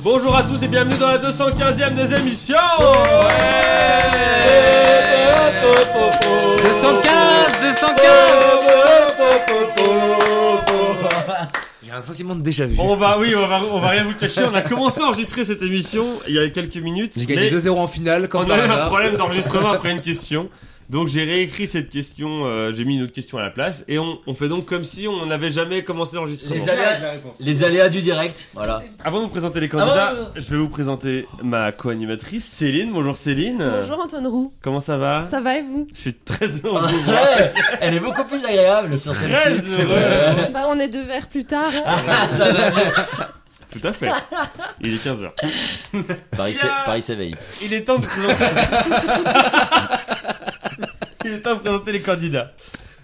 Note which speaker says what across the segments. Speaker 1: Bonjour à tous et bienvenue dans la 215e des émissions
Speaker 2: 215 215 J'ai un sentiment de déjà vu.
Speaker 1: On va, oui, on va, on va rien vous cacher, on a commencé à enregistrer cette émission il y a quelques minutes.
Speaker 2: J'ai gagné
Speaker 1: mais
Speaker 2: 2-0 en finale comme
Speaker 1: On
Speaker 2: par
Speaker 1: a eu un
Speaker 2: hasard.
Speaker 1: problème d'enregistrement après une question. Donc j'ai réécrit cette question, euh, j'ai mis une autre question à la place et on, on fait donc comme si on n'avait jamais commencé l'enregistrement.
Speaker 3: Les aléas, les aléas du direct. Voilà.
Speaker 1: Avant de vous présenter les candidats,
Speaker 3: Ah ouais, ouais, ouais.
Speaker 1: je vais vous présenter ma co-animatrice Céline. Bonjour Céline.
Speaker 4: Bonjour Antoine Roux,
Speaker 1: Comment ça va
Speaker 4: ça va et vous
Speaker 1: Je suis très heureux.
Speaker 3: Ah,
Speaker 1: de vous voir.
Speaker 3: Ouais, elle est beaucoup plus agréable sur
Speaker 1: Très
Speaker 3: celle-ci.
Speaker 1: heureux.
Speaker 4: Bah on est deux verres plus tard.
Speaker 5: Ah.
Speaker 3: Ça va mieux.
Speaker 1: Tout à fait. Il est 15h.
Speaker 3: Paris s'é- Paris s'éveille.
Speaker 1: Il est temps de présenter. Il est temps de présenter les candidats.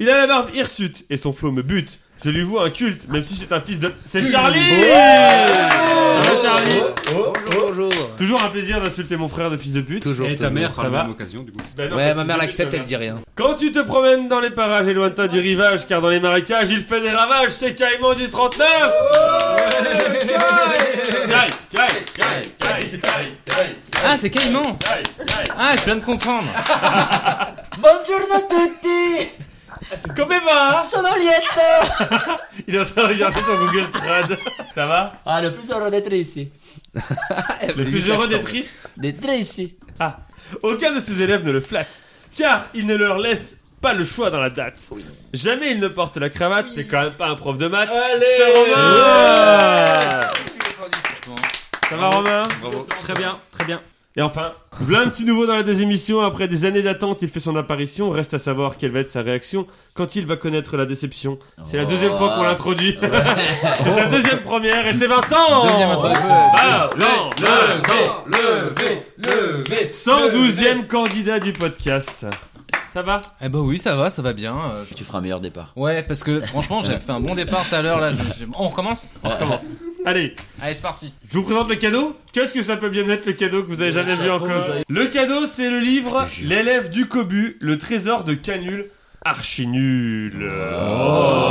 Speaker 1: Il a la barbe hirsute et son flot me bute. Je lui vois un culte, même si c'est un fils de. C'est Charlie Ça va, Charlie
Speaker 2: Bonjour, bonjour.
Speaker 1: Toujours un plaisir d'insulter mon frère de fils de pute.
Speaker 2: Toujours, toujours.
Speaker 1: ça va Bah non,
Speaker 2: Ouais,
Speaker 1: t'as
Speaker 2: ma mère
Speaker 1: dit-
Speaker 2: l'accepte, elle dit rien.
Speaker 1: Quand tu te promènes dans les parages et lointains du rivage, car dans les marécages, il fait des ravages, c'est Caïman du 39 Caï, caï, caï, caï, caï, caï,
Speaker 6: Ah, c'est Caïman
Speaker 1: caï, caï.
Speaker 6: Ah, je viens de comprendre
Speaker 3: Bonjour tutti.
Speaker 1: Come va
Speaker 3: Sono lieto.
Speaker 1: Il est en train de regarder son Google Trad. Ça va
Speaker 3: Ah, le plus heureux d'être ici.
Speaker 1: Le plus heureux des tristes
Speaker 3: D'être ici.
Speaker 1: Ah Aucun de ses élèves ne le flatte, car il ne leur laisse pas le choix dans la date. Jamais il ne porte la cravate, c'est quand même pas un prof de maths.
Speaker 3: Allez
Speaker 1: C'est Romain Ça va Romain
Speaker 6: Très bien, très bien.
Speaker 1: Et enfin, voilà un petit nouveau dans la désémission. Après des années d'attente, il fait son apparition. Reste à savoir quelle va être sa réaction quand il va connaître la déception. C'est la deuxième fois qu'on l'introduit. c'est sa deuxième première et c'est Vincent
Speaker 2: Deuxième
Speaker 6: Oh,
Speaker 2: introduction.
Speaker 1: Vincent
Speaker 2: levé
Speaker 1: 112e candidat du podcast. Ça va
Speaker 6: Eh bah oui, ça va, ça va bien. euh, je-
Speaker 3: Tu feras un meilleur départ.
Speaker 6: Ouais, parce que franchement, j'avais fait un bon départ tout à l'heure, là. je me suis- On recommence
Speaker 1: Allez,
Speaker 6: Allez, c'est parti
Speaker 1: je vous présente le cadeau. Qu'est-ce que ça peut bien être le cadeau que vous avez jamais vu encore Le cadeau, c'est le livre L'élève du cobu, le trésor de canule archi nul.
Speaker 2: Oh.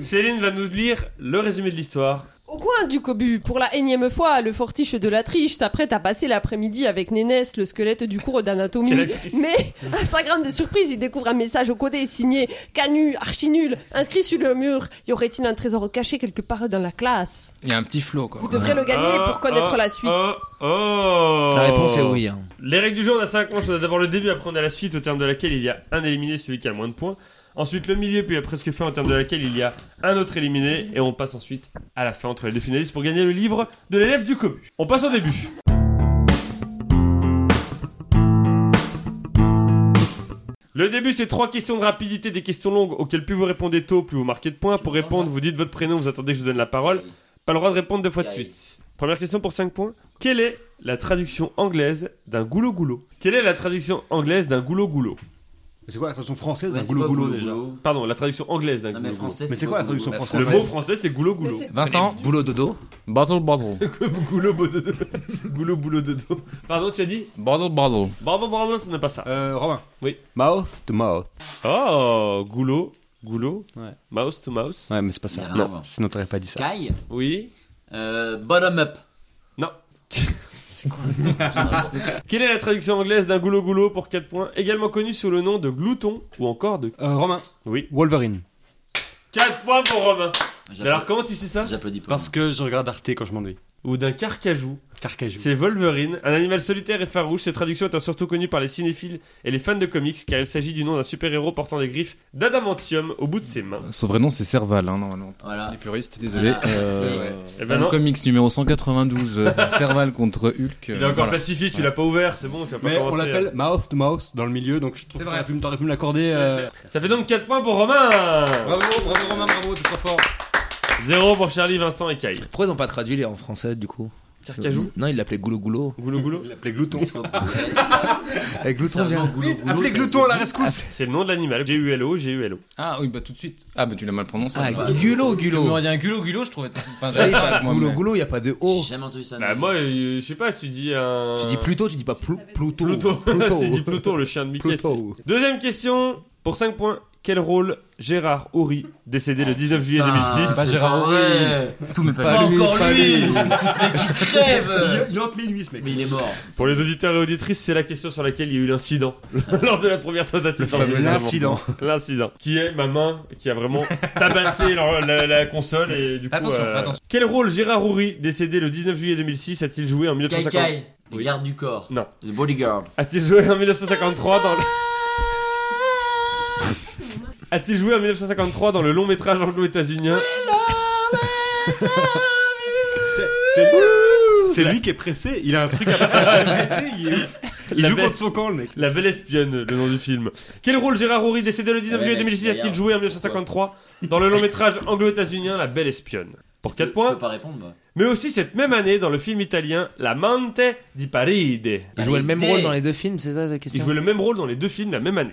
Speaker 1: Céline va nous lire le résumé de l'histoire.
Speaker 4: Au coin du cobu, pour la énième fois, le fortiche de la triche s'apprête à passer l'après-midi avec Nénès, le squelette du cours d'anatomie.
Speaker 1: Quelle actrice.
Speaker 4: Mais, à sa grande surprise, il découvre un message codé signé Canu, archi nul, inscrit sur le mur. Y aurait-il un trésor caché quelque part dans la classe
Speaker 6: Il y a un petit flow, quoi.
Speaker 4: Vous devrez le gagner
Speaker 5: Ah,
Speaker 1: Oh,
Speaker 4: pour connaître
Speaker 1: oh,
Speaker 4: la suite.
Speaker 1: Oh, oh.
Speaker 2: La réponse est oui. hein.
Speaker 1: Les règles du jeu, on a 5 manches. On a d'abord le début, après on a la suite, au terme de laquelle il y a un éliminé, celui qui a le moins de points. Ensuite le milieu, puis la presque fin, au terme de laquelle il y a un autre éliminé. Et on passe ensuite à la fin entre les deux finalistes pour gagner le livre de l'élève du commu. On passe au début. Le début, c'est trois questions de rapidité, des questions longues auxquelles plus vous répondez tôt, plus vous marquez de points. Pour répondre, vous dites votre prénom, vous attendez que je vous donne la parole. Pas le droit de répondre deux fois de suite. Première question pour 5 points. Quelle est la traduction anglaise d'un goulot goulot Quelle est la traduction anglaise d'un goulot goulot
Speaker 5: Mais c'est quoi la traduction française
Speaker 3: Ouais,
Speaker 5: d'un
Speaker 3: c'est pas
Speaker 5: goulot goulot déjà
Speaker 1: Pardon, la traduction anglaise d'un
Speaker 3: Non, mais
Speaker 1: goulot goulot.
Speaker 3: français,
Speaker 5: Mais c'est quoi la traduction
Speaker 3: goulot.
Speaker 1: Le
Speaker 5: française
Speaker 1: mot français c'est goulot goulot.
Speaker 4: Mais c'est-
Speaker 6: Vincent
Speaker 2: Boulot dodo.
Speaker 6: Bottle, bottle.
Speaker 1: goulot boulot dodo. goulot boulot dodo. Pardon, tu as dit
Speaker 6: Bottle, bottle.
Speaker 1: Bravo bravo, ce n'est pas ça.
Speaker 5: Euh, Romain.
Speaker 1: Oui.
Speaker 5: Mouth to mouth.
Speaker 1: Oh, goulot goulot.
Speaker 5: Ouais.
Speaker 1: Mouse to mouse.
Speaker 5: Ouais, mais c'est pas ça.
Speaker 3: Non. Non.
Speaker 5: sinon t'aurais pas dit ça.
Speaker 3: Sky
Speaker 1: Oui.
Speaker 3: euh, Bottom up.
Speaker 1: Non. Quelle est la traduction anglaise d'un goulot goulot pour 4 points, également connu sous le nom de glouton ou encore de
Speaker 5: Euh, Romain.
Speaker 1: Oui.
Speaker 5: Wolverine.
Speaker 1: 4 points pour Romain. Mais alors comment tu sais ça
Speaker 3: J'applaudis pas.
Speaker 5: Parce que je regarde Arte quand je m'ennuie.
Speaker 1: Ou d'un carcajou.
Speaker 5: Carcajou.
Speaker 1: C'est Wolverine, un animal solitaire et farouche. Cette traduction est surtout connue par les cinéphiles et les fans de comics car il s'agit du nom d'un super-héros portant des griffes d'adamantium au bout de ses mains.
Speaker 6: Son vrai nom, c'est Serval, hein, normalement.
Speaker 3: Voilà.
Speaker 6: Les puristes, désolé.
Speaker 3: Ah,
Speaker 6: Euh,
Speaker 1: Eh ben
Speaker 6: dans le
Speaker 1: non,
Speaker 6: comics numéro 192, euh, Serval contre Hulk. euh,
Speaker 1: il est encore
Speaker 6: voilà.
Speaker 1: plastifié, tu l'as pas ouvert, c'est bon, tu vas pas
Speaker 5: Mais on euh.
Speaker 1: commencer.
Speaker 5: l'appelle mouth to mouth dans le milieu, donc je trouve
Speaker 6: C'est
Speaker 5: que
Speaker 6: vrai.
Speaker 5: t'aurais pu, me- t'aurais pu me l'accorder. euh,
Speaker 1: Ça fait donc 4 points pour Romain
Speaker 5: Bravo, bravo Romain, bravo, t'es trop fort.
Speaker 1: 0 pour Charlie, Vincent et Kai.
Speaker 2: Pourquoi ils ont pas traduit les en français du coup
Speaker 6: Ah,
Speaker 1: Carcajou
Speaker 2: Non, ils l'appelaient goulot goulot.
Speaker 1: Goulou goulou
Speaker 5: Il l'appelait glouton.
Speaker 2: Avec glouton
Speaker 3: Sérieusement,
Speaker 2: bien.
Speaker 3: goulot, goulot,
Speaker 5: Appelez
Speaker 3: ça
Speaker 5: glouton
Speaker 3: se
Speaker 5: à la
Speaker 3: dit.
Speaker 5: rescousse.
Speaker 1: C'est le nom de l'animal. G-U-L-O, G-U-L-O.
Speaker 6: Ah oui, bah tout de suite. Ah bah tu l'as mal prononcé.
Speaker 2: Ah,
Speaker 6: Bah,
Speaker 2: gulot
Speaker 6: Tu
Speaker 2: gulot.
Speaker 6: m'aurais dit un gulo, gulo, je trouvais. Enfin, j'avais ça avec moi.
Speaker 2: Goulot
Speaker 6: mais-
Speaker 2: goulot, y a pas de
Speaker 3: J'ai
Speaker 2: O.
Speaker 3: jamais entendu ça.
Speaker 1: Bah
Speaker 3: Ah, non.
Speaker 1: moi, euh, je sais pas, tu dis un...
Speaker 2: Tu dis Pluto, tu dis pas Plu- Pluto.
Speaker 1: Pluto. C'est dit Pluto, le chien de Mickey.
Speaker 2: Pluto.
Speaker 1: c'est- Deuxième question, pour 5 points. Quel rôle Gérard Houry, décédé le 19 juillet
Speaker 6: Bah,
Speaker 1: 2006
Speaker 6: Gérard
Speaker 3: ouais.
Speaker 6: Tout mais
Speaker 3: Pas
Speaker 6: pas lui.
Speaker 3: encore
Speaker 5: pas
Speaker 3: lui.
Speaker 5: lui.
Speaker 3: Mais qui crève.
Speaker 5: Il hante 1008 ce mec.
Speaker 3: Mais il est mort.
Speaker 1: Pour les auditeurs et auditrices, c'est la question sur laquelle il y a eu l'incident lors de la première tentative
Speaker 5: fameux
Speaker 1: d'enregistrement. L'incident. Qui est ma main qui a vraiment tabassé la, la- la console et du coup. euh,
Speaker 6: Attention, attention.
Speaker 1: Quel rôle Gérard Houry, décédé le 19 juillet 2006, a-t-il joué en 1950
Speaker 3: Kai Kai. Le
Speaker 1: Oui.
Speaker 3: garde du corps.
Speaker 1: Non.
Speaker 3: Le bodyguard.
Speaker 1: A-t-il joué en 1953 dans le... A-t-il joué en 1953 dans le long métrage anglo-états-unien
Speaker 5: C'est lui qui est pressé, il a un truc à faire. il est ouf. Il
Speaker 1: La
Speaker 5: joue
Speaker 1: bête.
Speaker 5: contre son camp le mec.
Speaker 1: La Belle Espionne, le nom du film. Quel rôle Gérard Houry, décédé le 19
Speaker 3: Ouais,
Speaker 1: juillet
Speaker 3: mec,
Speaker 1: 2006, a-t-il
Speaker 3: d'ailleurs.
Speaker 1: joué en 1953 dans le long métrage anglo-états-unien La Belle Espionne Pour 4
Speaker 3: Je
Speaker 1: points.
Speaker 3: peux pas répondre moi.
Speaker 1: Mais aussi cette même année dans le film italien La Mante di Paride.
Speaker 2: Il jouait le même
Speaker 3: Arrêtez.
Speaker 2: rôle dans les deux films, c'est ça la
Speaker 1: Il
Speaker 2: question
Speaker 1: jouait le même rôle dans les deux films la même année.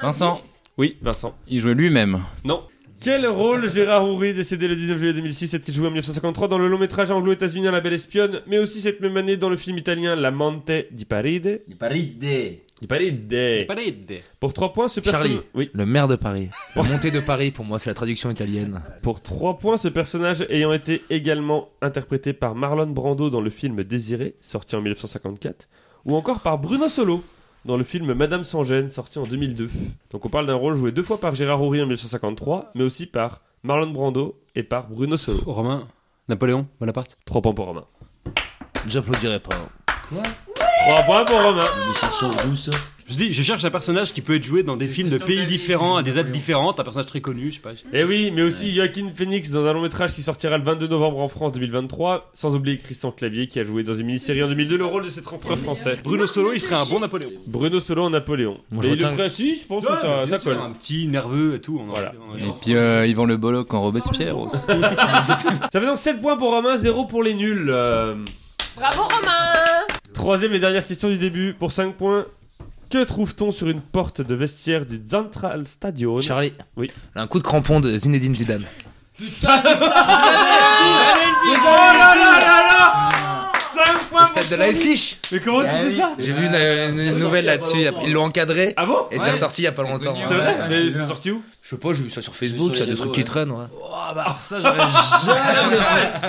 Speaker 6: Vincent,
Speaker 1: Oui, Vincent.
Speaker 6: il jouait lui-même.
Speaker 1: Non. Quel rôle Gérard Houry, décédé le 19 juillet 2006, a-t-il joué en 1953 dans le long métrage anglo-états-unien La Belle Espionne, mais aussi cette même année dans le film italien La Mante di Paride
Speaker 3: Il est pas ridé.
Speaker 1: Di Paride. Pour 3 points, ce personnage.
Speaker 2: Charlie.
Speaker 1: Oui.
Speaker 2: Le maire de Paris. La montée de Paris, pour moi, c'est la traduction italienne.
Speaker 1: Pour 3 points, ce personnage ayant été également interprété par Marlon Brando dans le film Désiré, sorti en 1954, ou encore par Bruno Solo dans le film Madame sans gêne, sorti en 2002. Donc on parle d'un rôle joué deux fois par Gérard Houry en 1953, mais aussi par Marlon Brando et par Bruno Solo.
Speaker 5: Romain, Napoléon, Bonaparte.
Speaker 1: 3 points pour Romain.
Speaker 2: J'applaudirais pas.
Speaker 1: 3 points pour Romain.
Speaker 3: Mais ça sort d'où ça
Speaker 5: Je dis, je cherche un personnage qui peut être joué dans des films de pays différents, à des dates différentes, un personnage très connu, je sais pas.
Speaker 1: Et Eh oui, mais aussi Joaquin Phoenix dans un long métrage qui sortira le 22 novembre en France 2023, sans oublier Christian Clavier qui a joué dans une mini-série en 2002 le rôle de cet empereur français.
Speaker 5: Bruno Solo, il ferait un bon Napoléon.
Speaker 1: Bruno Solo en Napoléon.
Speaker 2: Moi, je
Speaker 1: mais il le
Speaker 2: retiens-
Speaker 1: ferait si, je pense que ça, ça colle.
Speaker 5: bah, Un petit nerveux et tout. On en
Speaker 1: Voilà.
Speaker 5: on en-
Speaker 6: Et puis euh, Yvan Le Bolloc en Robespierre aussi.
Speaker 1: Ça fait donc 7 points pour Romain, 0 pour les nuls. Euh,
Speaker 4: Bravo Romain
Speaker 1: Troisième et dernière question du début pour 5 points. Que trouve-t-on sur une porte de vestiaire du Zentral Stadion
Speaker 2: Charlie.
Speaker 1: Oui.
Speaker 2: Un coup de crampon de Zinedine Zidane.
Speaker 5: Oh
Speaker 1: là 5 Ah. points
Speaker 2: Le
Speaker 1: pour
Speaker 2: stade de
Speaker 1: Charlie.
Speaker 2: Leipzig.
Speaker 1: Mais comment tu
Speaker 3: Ah
Speaker 1: sais
Speaker 3: oui.
Speaker 1: ça
Speaker 2: J'ai vu une, une
Speaker 3: sorti
Speaker 2: nouvelle
Speaker 3: il y a
Speaker 2: là-dessus.
Speaker 3: pas longtemps.
Speaker 2: Ils l'ont encadré.
Speaker 1: Ah bon
Speaker 2: Et
Speaker 6: Ouais.
Speaker 2: c'est ressorti il y a pas
Speaker 6: C'est
Speaker 2: longtemps.
Speaker 6: connu,
Speaker 1: C'est
Speaker 6: ouais.
Speaker 1: vrai Mais c'est sorti où
Speaker 2: Je sais pas, j'ai vu ça sur
Speaker 3: Sur
Speaker 2: Facebook,
Speaker 3: les
Speaker 2: ça, des
Speaker 3: réseaux,
Speaker 2: trucs
Speaker 3: ouais.
Speaker 2: qui traînent, ouais.
Speaker 5: Oh, ah, bah,
Speaker 1: Ah.
Speaker 5: Ça, j'aurais
Speaker 3: Ah,
Speaker 5: jamais.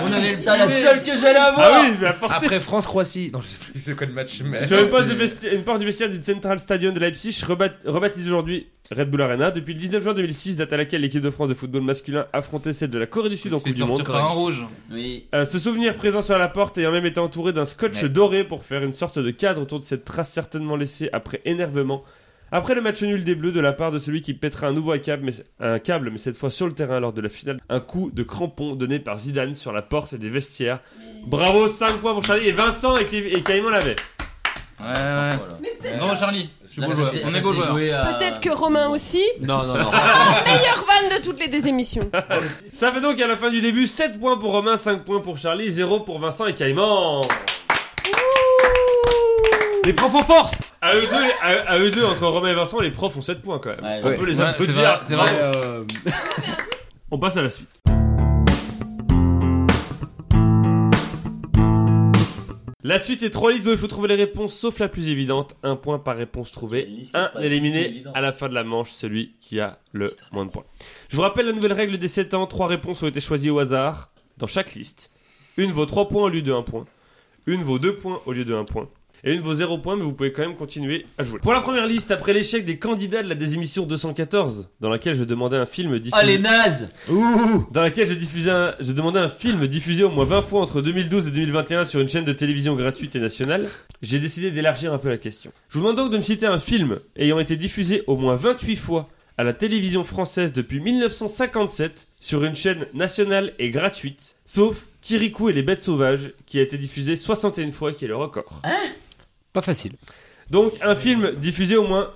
Speaker 6: On allait le
Speaker 3: Putain, la seule que j'allais avoir
Speaker 1: Ah oui, mais la porte.
Speaker 2: Après France-Croatie. Non, je sais plus c'est quoi le match, mais.
Speaker 1: Sur une, porte de vestiaire- une porte du vestiaire du Central Stadion de Leipzig, rebat- rebaptisée aujourd'hui Red Bull Arena, depuis le 19 juin 2006, date à laquelle l'équipe de France de football masculin affrontait celle de la Corée du Sud en Coupe du Monde.
Speaker 6: un rouge.
Speaker 3: Oui.
Speaker 1: Euh, ce souvenir présent sur la porte ayant même été entouré d'un scotch
Speaker 2: Ouais.
Speaker 1: doré pour faire une sorte de cadre autour de cette trace certainement laissée après énervement. Après le match nul des Bleus de la part de celui qui pètera un nouveau câble, mais, un câble, mais cette fois sur le terrain lors de la finale, un coup de crampon donné par Zidane sur la porte des vestiaires. Bravo, 5 points pour Charlie et Vincent et, Kev- et Caïman l'avait.
Speaker 6: Ouais, ouais. Bravo Charlie. Je suis
Speaker 3: Là,
Speaker 6: beau
Speaker 3: ça
Speaker 6: joueur.
Speaker 3: s'est-
Speaker 6: On
Speaker 3: ça
Speaker 6: est beau
Speaker 3: s'est
Speaker 6: joueur.
Speaker 3: joué à-
Speaker 4: Peut-être que Romain aussi.
Speaker 5: Euh, Non, non, non.
Speaker 4: Meilleure vanne de toutes les des émissions.
Speaker 1: Ça fait donc à la fin du début 7 points pour Romain, 5 points pour Charlie, 0 pour Vincent et Caïman.
Speaker 5: Les profs en force
Speaker 1: À eux deux, à, à eux deux entre Romain et Vincent, les profs ont 7 points quand même.
Speaker 3: Ouais,
Speaker 1: On
Speaker 3: ouais.
Speaker 1: peut les
Speaker 6: Ouais, c'est
Speaker 1: applaudir.
Speaker 6: vrai, c'est vrai.
Speaker 5: euh,
Speaker 1: On passe à la suite. La suite, c'est trois listes où il faut trouver les réponses, sauf la plus évidente. Un point par réponse trouvée,
Speaker 3: La liste
Speaker 1: un
Speaker 3: n'est pas
Speaker 1: éliminé
Speaker 3: évidente.
Speaker 1: à la fin de la manche, celui qui a le moins de points. Je vous rappelle la nouvelle règle des 7 ans. Trois réponses ont été choisies au hasard dans chaque liste. Une vaut 3 points au lieu de 1 point. Une vaut 2 points au lieu de 1 point. Et une vaut 0 points, mais vous pouvez quand même continuer à jouer. Pour la première liste, après l'échec des candidats de la désémission 214, dans laquelle je demandais un film diffusé
Speaker 3: Ah les nazes
Speaker 1: dans laquelle je, diffusais un- je demandais un film diffusé au moins 20 fois entre 2012 et 2021 sur une chaîne de télévision gratuite et nationale, j'ai décidé d'élargir un peu la question. Je vous demande donc de me citer un film ayant été diffusé au moins 28 fois à la télévision française depuis 1957 sur une chaîne nationale et gratuite, sauf Kirikou et les bêtes sauvages, qui a été diffusé 61 fois, qui est le record.
Speaker 5: Pas facile.
Speaker 1: Donc un film diffusé au moins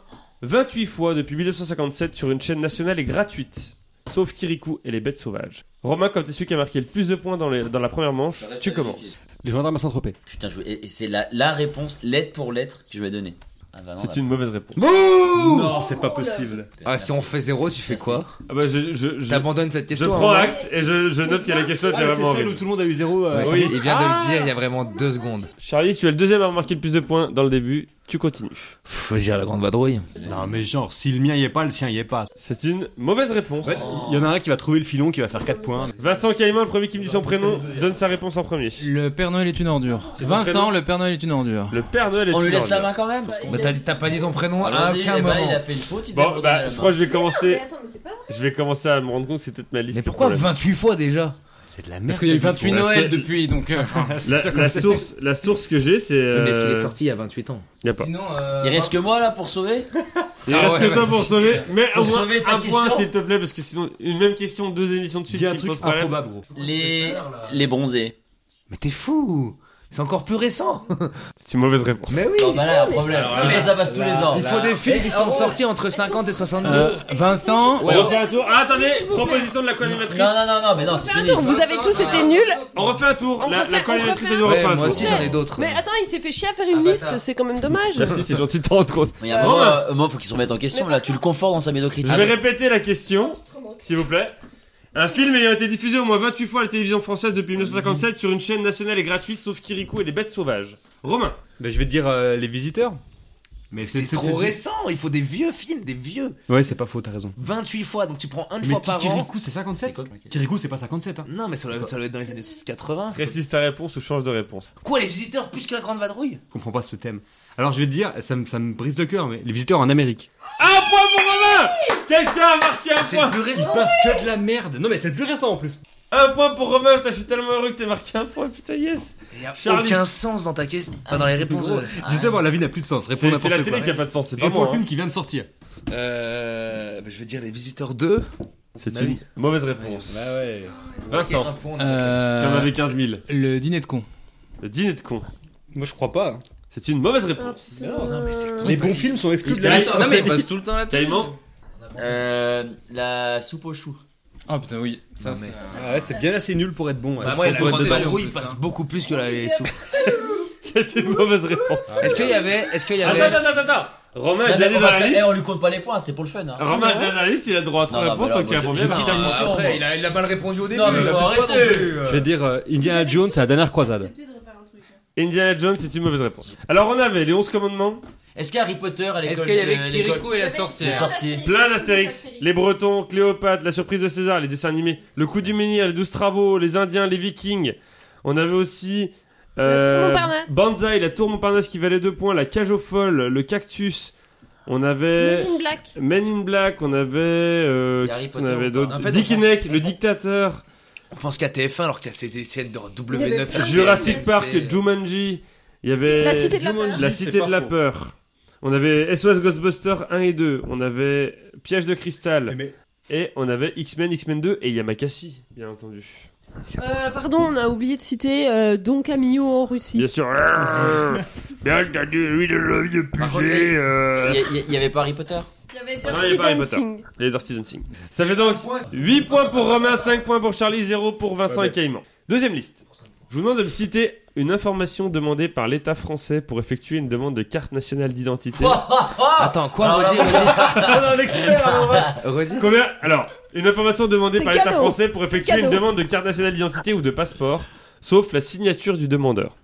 Speaker 1: 28 fois depuis 1957 sur une chaîne nationale et gratuite. Sauf Kirikou et les bêtes sauvages. Romain, comme t'es celui qui a marqué le plus de points dans, les- dans la première manche,
Speaker 3: Ça reste
Speaker 1: tu
Speaker 3: à
Speaker 1: commences.
Speaker 3: vérifier.
Speaker 5: Les gendarmes à Saint-Tropez.
Speaker 3: Putain, je... et et c'est la, la réponse, lettre pour lettre, que je vais donner. Ah bah non,
Speaker 1: C'est
Speaker 3: là-
Speaker 1: une mauvaise réponse.
Speaker 5: Non, c'est pas possible.
Speaker 2: Ah, si on fait zéro, tu fais quoi
Speaker 1: Ah bah je, je, je,
Speaker 2: T'abandonnes cette
Speaker 1: je
Speaker 2: question.
Speaker 1: prends
Speaker 2: hein,
Speaker 1: acte et je, je note qu'il y a la question était
Speaker 5: Ah,
Speaker 1: vraiment
Speaker 5: c'est celle où
Speaker 1: horrible.
Speaker 5: tout le monde a eu zéro. euh,
Speaker 2: ouais.
Speaker 1: Oui.
Speaker 2: Il vient de le dire il y a vraiment deux secondes.
Speaker 1: Charlie, tu es le deuxième à avoir marqué le plus de points dans le début. Tu continues.
Speaker 2: Faut dire la grande vadrouille.
Speaker 5: Non, mais genre, si le mien y est pas, le sien y est pas.
Speaker 1: C'est une mauvaise réponse.
Speaker 5: Ouais, Il y en a un qui va trouver le filon qui va faire
Speaker 1: Ah,
Speaker 5: 4 points.
Speaker 1: Vincent Caïman, le premier qui me dit son prénom, donne sa réponse en premier.
Speaker 6: Le Père Noël est une ordure.
Speaker 1: C'est ton
Speaker 6: Vincent,
Speaker 1: prénom
Speaker 6: le Père Noël est une ordure.
Speaker 1: Le Père Noël est
Speaker 3: On lui
Speaker 1: une
Speaker 3: laisse la
Speaker 1: ordure.
Speaker 3: main quand même
Speaker 2: Mais t'as, t'as pas dit ton prénom à
Speaker 3: Allons-y,
Speaker 2: Bah, aucun
Speaker 3: eh ben,
Speaker 2: moment.
Speaker 3: il a fait une faute, il devrait
Speaker 1: Bon,
Speaker 3: redonner
Speaker 1: bah,
Speaker 3: la
Speaker 1: je
Speaker 3: main.
Speaker 1: crois que je vais commencer.
Speaker 4: attends, mais c'est pas vrai.
Speaker 1: Je vais commencer à me rendre compte que c'est peut-être ma liste.
Speaker 2: Mais
Speaker 1: le
Speaker 2: pourquoi
Speaker 1: problème.
Speaker 2: 28 fois déjà
Speaker 5: C'est de la
Speaker 6: Parce
Speaker 5: merde.
Speaker 6: qu'il y a eu
Speaker 1: Parce
Speaker 6: 28
Speaker 1: qu'on
Speaker 6: Noël
Speaker 1: reste-
Speaker 6: depuis, donc. euh,
Speaker 1: la, la source, la source que j'ai, c'est.
Speaker 2: Mais est-ce
Speaker 1: euh,
Speaker 2: qu'il est sorti il y a 28 ans
Speaker 1: y a pas.
Speaker 6: Sinon, euh,
Speaker 3: Il reste que moi là pour sauver
Speaker 1: Il
Speaker 6: Ah
Speaker 1: reste
Speaker 6: ouais,
Speaker 1: que toi
Speaker 6: vas-y.
Speaker 1: pour sauver. Mais
Speaker 3: Pour
Speaker 1: au moins
Speaker 3: sauver ta
Speaker 1: un point,
Speaker 3: question.
Speaker 1: s'il te plaît, parce que sinon, une même question, deux émissions de suite.
Speaker 5: Dis un
Speaker 1: qui
Speaker 5: truc
Speaker 1: pose problème.
Speaker 5: improbable, gros.
Speaker 3: les... les bronzés.
Speaker 2: Mais t'es fou C'est encore plus récent
Speaker 1: C'est une mauvaise réponse.
Speaker 2: Mais oui
Speaker 3: Non, bah là, il y a un problème. Parce que ça, ça passe tous les ans.
Speaker 2: Il faut des
Speaker 3: Eh,
Speaker 2: films qui
Speaker 3: oh.
Speaker 2: sont sortis entre 50 et
Speaker 6: euh,
Speaker 2: 70.
Speaker 6: Vincent,
Speaker 1: On refait un tour. Ah, attendez, proposition de la co-animatrice.
Speaker 3: Non, non, non, non, mais non, c'est
Speaker 4: Fais un
Speaker 3: fini.
Speaker 4: tour, vous avez tous été nuls.
Speaker 1: On refait un tour.
Speaker 4: On
Speaker 1: la
Speaker 4: refait-
Speaker 1: la
Speaker 4: on
Speaker 1: co-animatrice a
Speaker 4: refait
Speaker 1: dû
Speaker 4: un
Speaker 1: refaire
Speaker 2: Ouais,
Speaker 1: un
Speaker 2: moi
Speaker 1: tour.
Speaker 2: aussi j'en ai d'autres.
Speaker 4: Mais attends, il s'est fait chier à faire une
Speaker 2: Ah, bâtard.
Speaker 4: liste, c'est quand même dommage.
Speaker 1: Merci, c'est gentil de te rendre compte.
Speaker 3: Mais il y a un moment, euh, un moment, faut qu'il se remette en question là. Tu le confortes dans sa médiocrité.
Speaker 1: Je vais répéter la question, s'il vous plaît. Un film ayant été diffusé au moins 28 fois à la télévision française depuis 1957 sur une chaîne nationale et gratuite sauf Kirikou et les bêtes sauvages. Romain.
Speaker 5: Bah, je vais te dire euh, les visiteurs. Mais
Speaker 2: C'est trop récent, il faut des vieux films, des vieux.
Speaker 5: Ouais, c'est pas faux, t'as raison.
Speaker 2: 28 fois, donc tu prends une
Speaker 5: Mais
Speaker 2: fois
Speaker 5: Ki-
Speaker 2: par an.
Speaker 5: Kirikou, c'est 57 Kirikou, c'est pas 57, hein.
Speaker 2: Non, mais ça doit, ça doit être dans les années 80.
Speaker 1: Précise ta réponse ou change de réponse.
Speaker 2: Quoi, les visiteurs plus que la grande vadrouille
Speaker 5: Je comprends pas ce thème. Alors, je vais te dire, ça me, ça me brise le cœur, mais les visiteurs en Amérique.
Speaker 1: Un point pour Romain Quelqu'un a marqué un
Speaker 2: C'est le
Speaker 1: point
Speaker 2: plus
Speaker 5: Il
Speaker 2: récent.
Speaker 5: passe que de la merde. Non, mais c'est le plus récent en plus.
Speaker 1: Un point pour Romain, putain, je suis tellement heureux que t'aies marqué un point, putain, yes
Speaker 2: Il y a
Speaker 1: Charlie.
Speaker 2: aucun sens dans ta question. Pas dans les réponses.
Speaker 5: Gros, Juste d'abord, Ah, la vie n'a plus de sens. Réponds
Speaker 1: C'est c'est
Speaker 5: n'importe
Speaker 1: la
Speaker 5: quoi.
Speaker 1: télé qui a pas de sens, c'est pas
Speaker 5: Et pour
Speaker 1: moi. hein.
Speaker 5: le film qui vient de sortir.
Speaker 2: Euh, bah, je vais dire les visiteurs 2.
Speaker 1: hein. C'est
Speaker 2: Bah
Speaker 1: une
Speaker 2: oui.
Speaker 1: mauvaise réponse.
Speaker 5: Bah
Speaker 1: Vincent,
Speaker 6: euh,
Speaker 1: t'en avais 15 000.
Speaker 6: le dîner de con.
Speaker 1: Le dîner de con.
Speaker 5: Moi, je crois pas. hein.
Speaker 1: C'est une mauvaise réponse.
Speaker 3: Ah,
Speaker 2: Non, mais c'est con.
Speaker 5: Les bons films sont exclus de la
Speaker 1: Attends,
Speaker 5: liste.
Speaker 1: non, mais il
Speaker 6: tout le temps là.
Speaker 1: Caïman
Speaker 3: Euh, la soupe aux choux.
Speaker 6: Oh putain, oui. Ça,
Speaker 2: Non, mais-
Speaker 6: c'est-
Speaker 5: Ah ouais, c'est bien assez nul pour être bon. ouais.
Speaker 2: Bah, moi, la
Speaker 6: Faut
Speaker 2: grande
Speaker 6: être de
Speaker 2: vadrouille
Speaker 6: plus,
Speaker 2: passe
Speaker 6: hein.
Speaker 2: beaucoup plus que la les sous.
Speaker 1: C'est une mauvaise réponse.
Speaker 2: Est-ce qu'il y avait. Est-ce qu'il y
Speaker 1: Attends,
Speaker 2: avait.
Speaker 1: attends, attends, attends Romain est
Speaker 3: Ah, Non, mais
Speaker 1: dernier
Speaker 3: on
Speaker 1: dans
Speaker 3: va-
Speaker 1: la
Speaker 3: eh,
Speaker 1: liste
Speaker 3: on lui compte pas les points, c'était pour le fun. hein.
Speaker 1: Romain est dernier dans la liste, il a droit à 3
Speaker 3: Non, non,
Speaker 1: réponses,
Speaker 3: mais alors,
Speaker 1: donc il
Speaker 3: moi,
Speaker 1: répond
Speaker 3: je-
Speaker 1: bien.
Speaker 3: je
Speaker 1: Bah,
Speaker 3: quitte la mission, moi.
Speaker 2: il a, il a mal répondu au début.
Speaker 3: Non, mais
Speaker 2: il a
Speaker 3: faut
Speaker 2: plus pas
Speaker 3: arrêter.
Speaker 2: non plus, euh.
Speaker 5: Je vais dire euh, Indiana Jones, c'est la dernière croisade.
Speaker 1: hein. Indiana Jones, c'est une mauvaise réponse. Alors on avait les 11 commandements,
Speaker 3: Est-ce qu'il y a Harry Potter à l'école
Speaker 6: Est-ce qu'il y
Speaker 3: de-
Speaker 6: avait
Speaker 3: l'école-
Speaker 6: Kirikou et la
Speaker 3: Les
Speaker 6: sorcière
Speaker 3: sorciers.
Speaker 1: plein d'Astérix, les Bretons, Cléopâtre, la surprise de César, les dessins animés, le coup du menhir, les 12 travaux, les Indiens, les Vikings. On avait aussi euh,
Speaker 4: La tour Montparnasse.
Speaker 1: Banzai, la tour Montparnasse qui valait 2 points, la cage aux folles, le cactus. On avait
Speaker 4: Une blague.
Speaker 1: Men in Black, on avait euh,
Speaker 3: Il y a Harry
Speaker 1: qu'est-ce qu'on
Speaker 3: Potter,
Speaker 1: avait
Speaker 3: on
Speaker 1: d'autres
Speaker 2: parle. En fait,
Speaker 1: Dick
Speaker 2: on pense-
Speaker 1: Neck, le dictateur,
Speaker 2: On pense qu'à TF1 alors qu'il y a cette scène de
Speaker 4: Il y avait
Speaker 2: W9.
Speaker 4: plein de-
Speaker 1: Jurassic Park,
Speaker 2: c'est-
Speaker 1: Jumanji, il y avait
Speaker 4: La Cité de la
Speaker 5: Jumanji,
Speaker 4: peur.
Speaker 1: La
Speaker 5: c'est
Speaker 1: Cité
Speaker 5: pas
Speaker 1: de la
Speaker 5: faux.
Speaker 1: peur. On avait SOS Ghostbusters 1 et 2, on avait Piège de cristal
Speaker 5: Mais-
Speaker 1: et on avait X-Men, X-Men 2 et Yamakasi, bien entendu.
Speaker 4: Euh, pardon, on a oublié de citer euh, Don Camillo en Russie.
Speaker 1: Bien sûr. bien entendu, lui de l'œil de
Speaker 3: Par contre,
Speaker 1: Puget, euh,
Speaker 3: Il y a- il y, avait pas Harry Potter
Speaker 4: Il y avait
Speaker 1: Ah, il y
Speaker 4: Dirty
Speaker 1: avait pas Harry
Speaker 4: Dancing.
Speaker 1: Les Dirty Dancing. Ça fait donc 8 points pour Romain, 5 points pour Charlie, 0 pour Vincent et Caïman. Deuxième liste. Je vous demande de me citer une information demandée par l'État français pour effectuer une demande de carte nationale d'identité.
Speaker 4: Ah
Speaker 2: Attends, quoi
Speaker 3: Alors,
Speaker 2: Redis,
Speaker 3: là,
Speaker 2: redis. Redis.
Speaker 1: Combien Alors, une information demandée
Speaker 4: C'est
Speaker 1: par l'État
Speaker 4: cadeau.
Speaker 1: français pour
Speaker 4: C'est
Speaker 1: effectuer une
Speaker 4: cadeau.
Speaker 1: demande de carte nationale d'identité ou de passeport, sauf la signature du demandeur.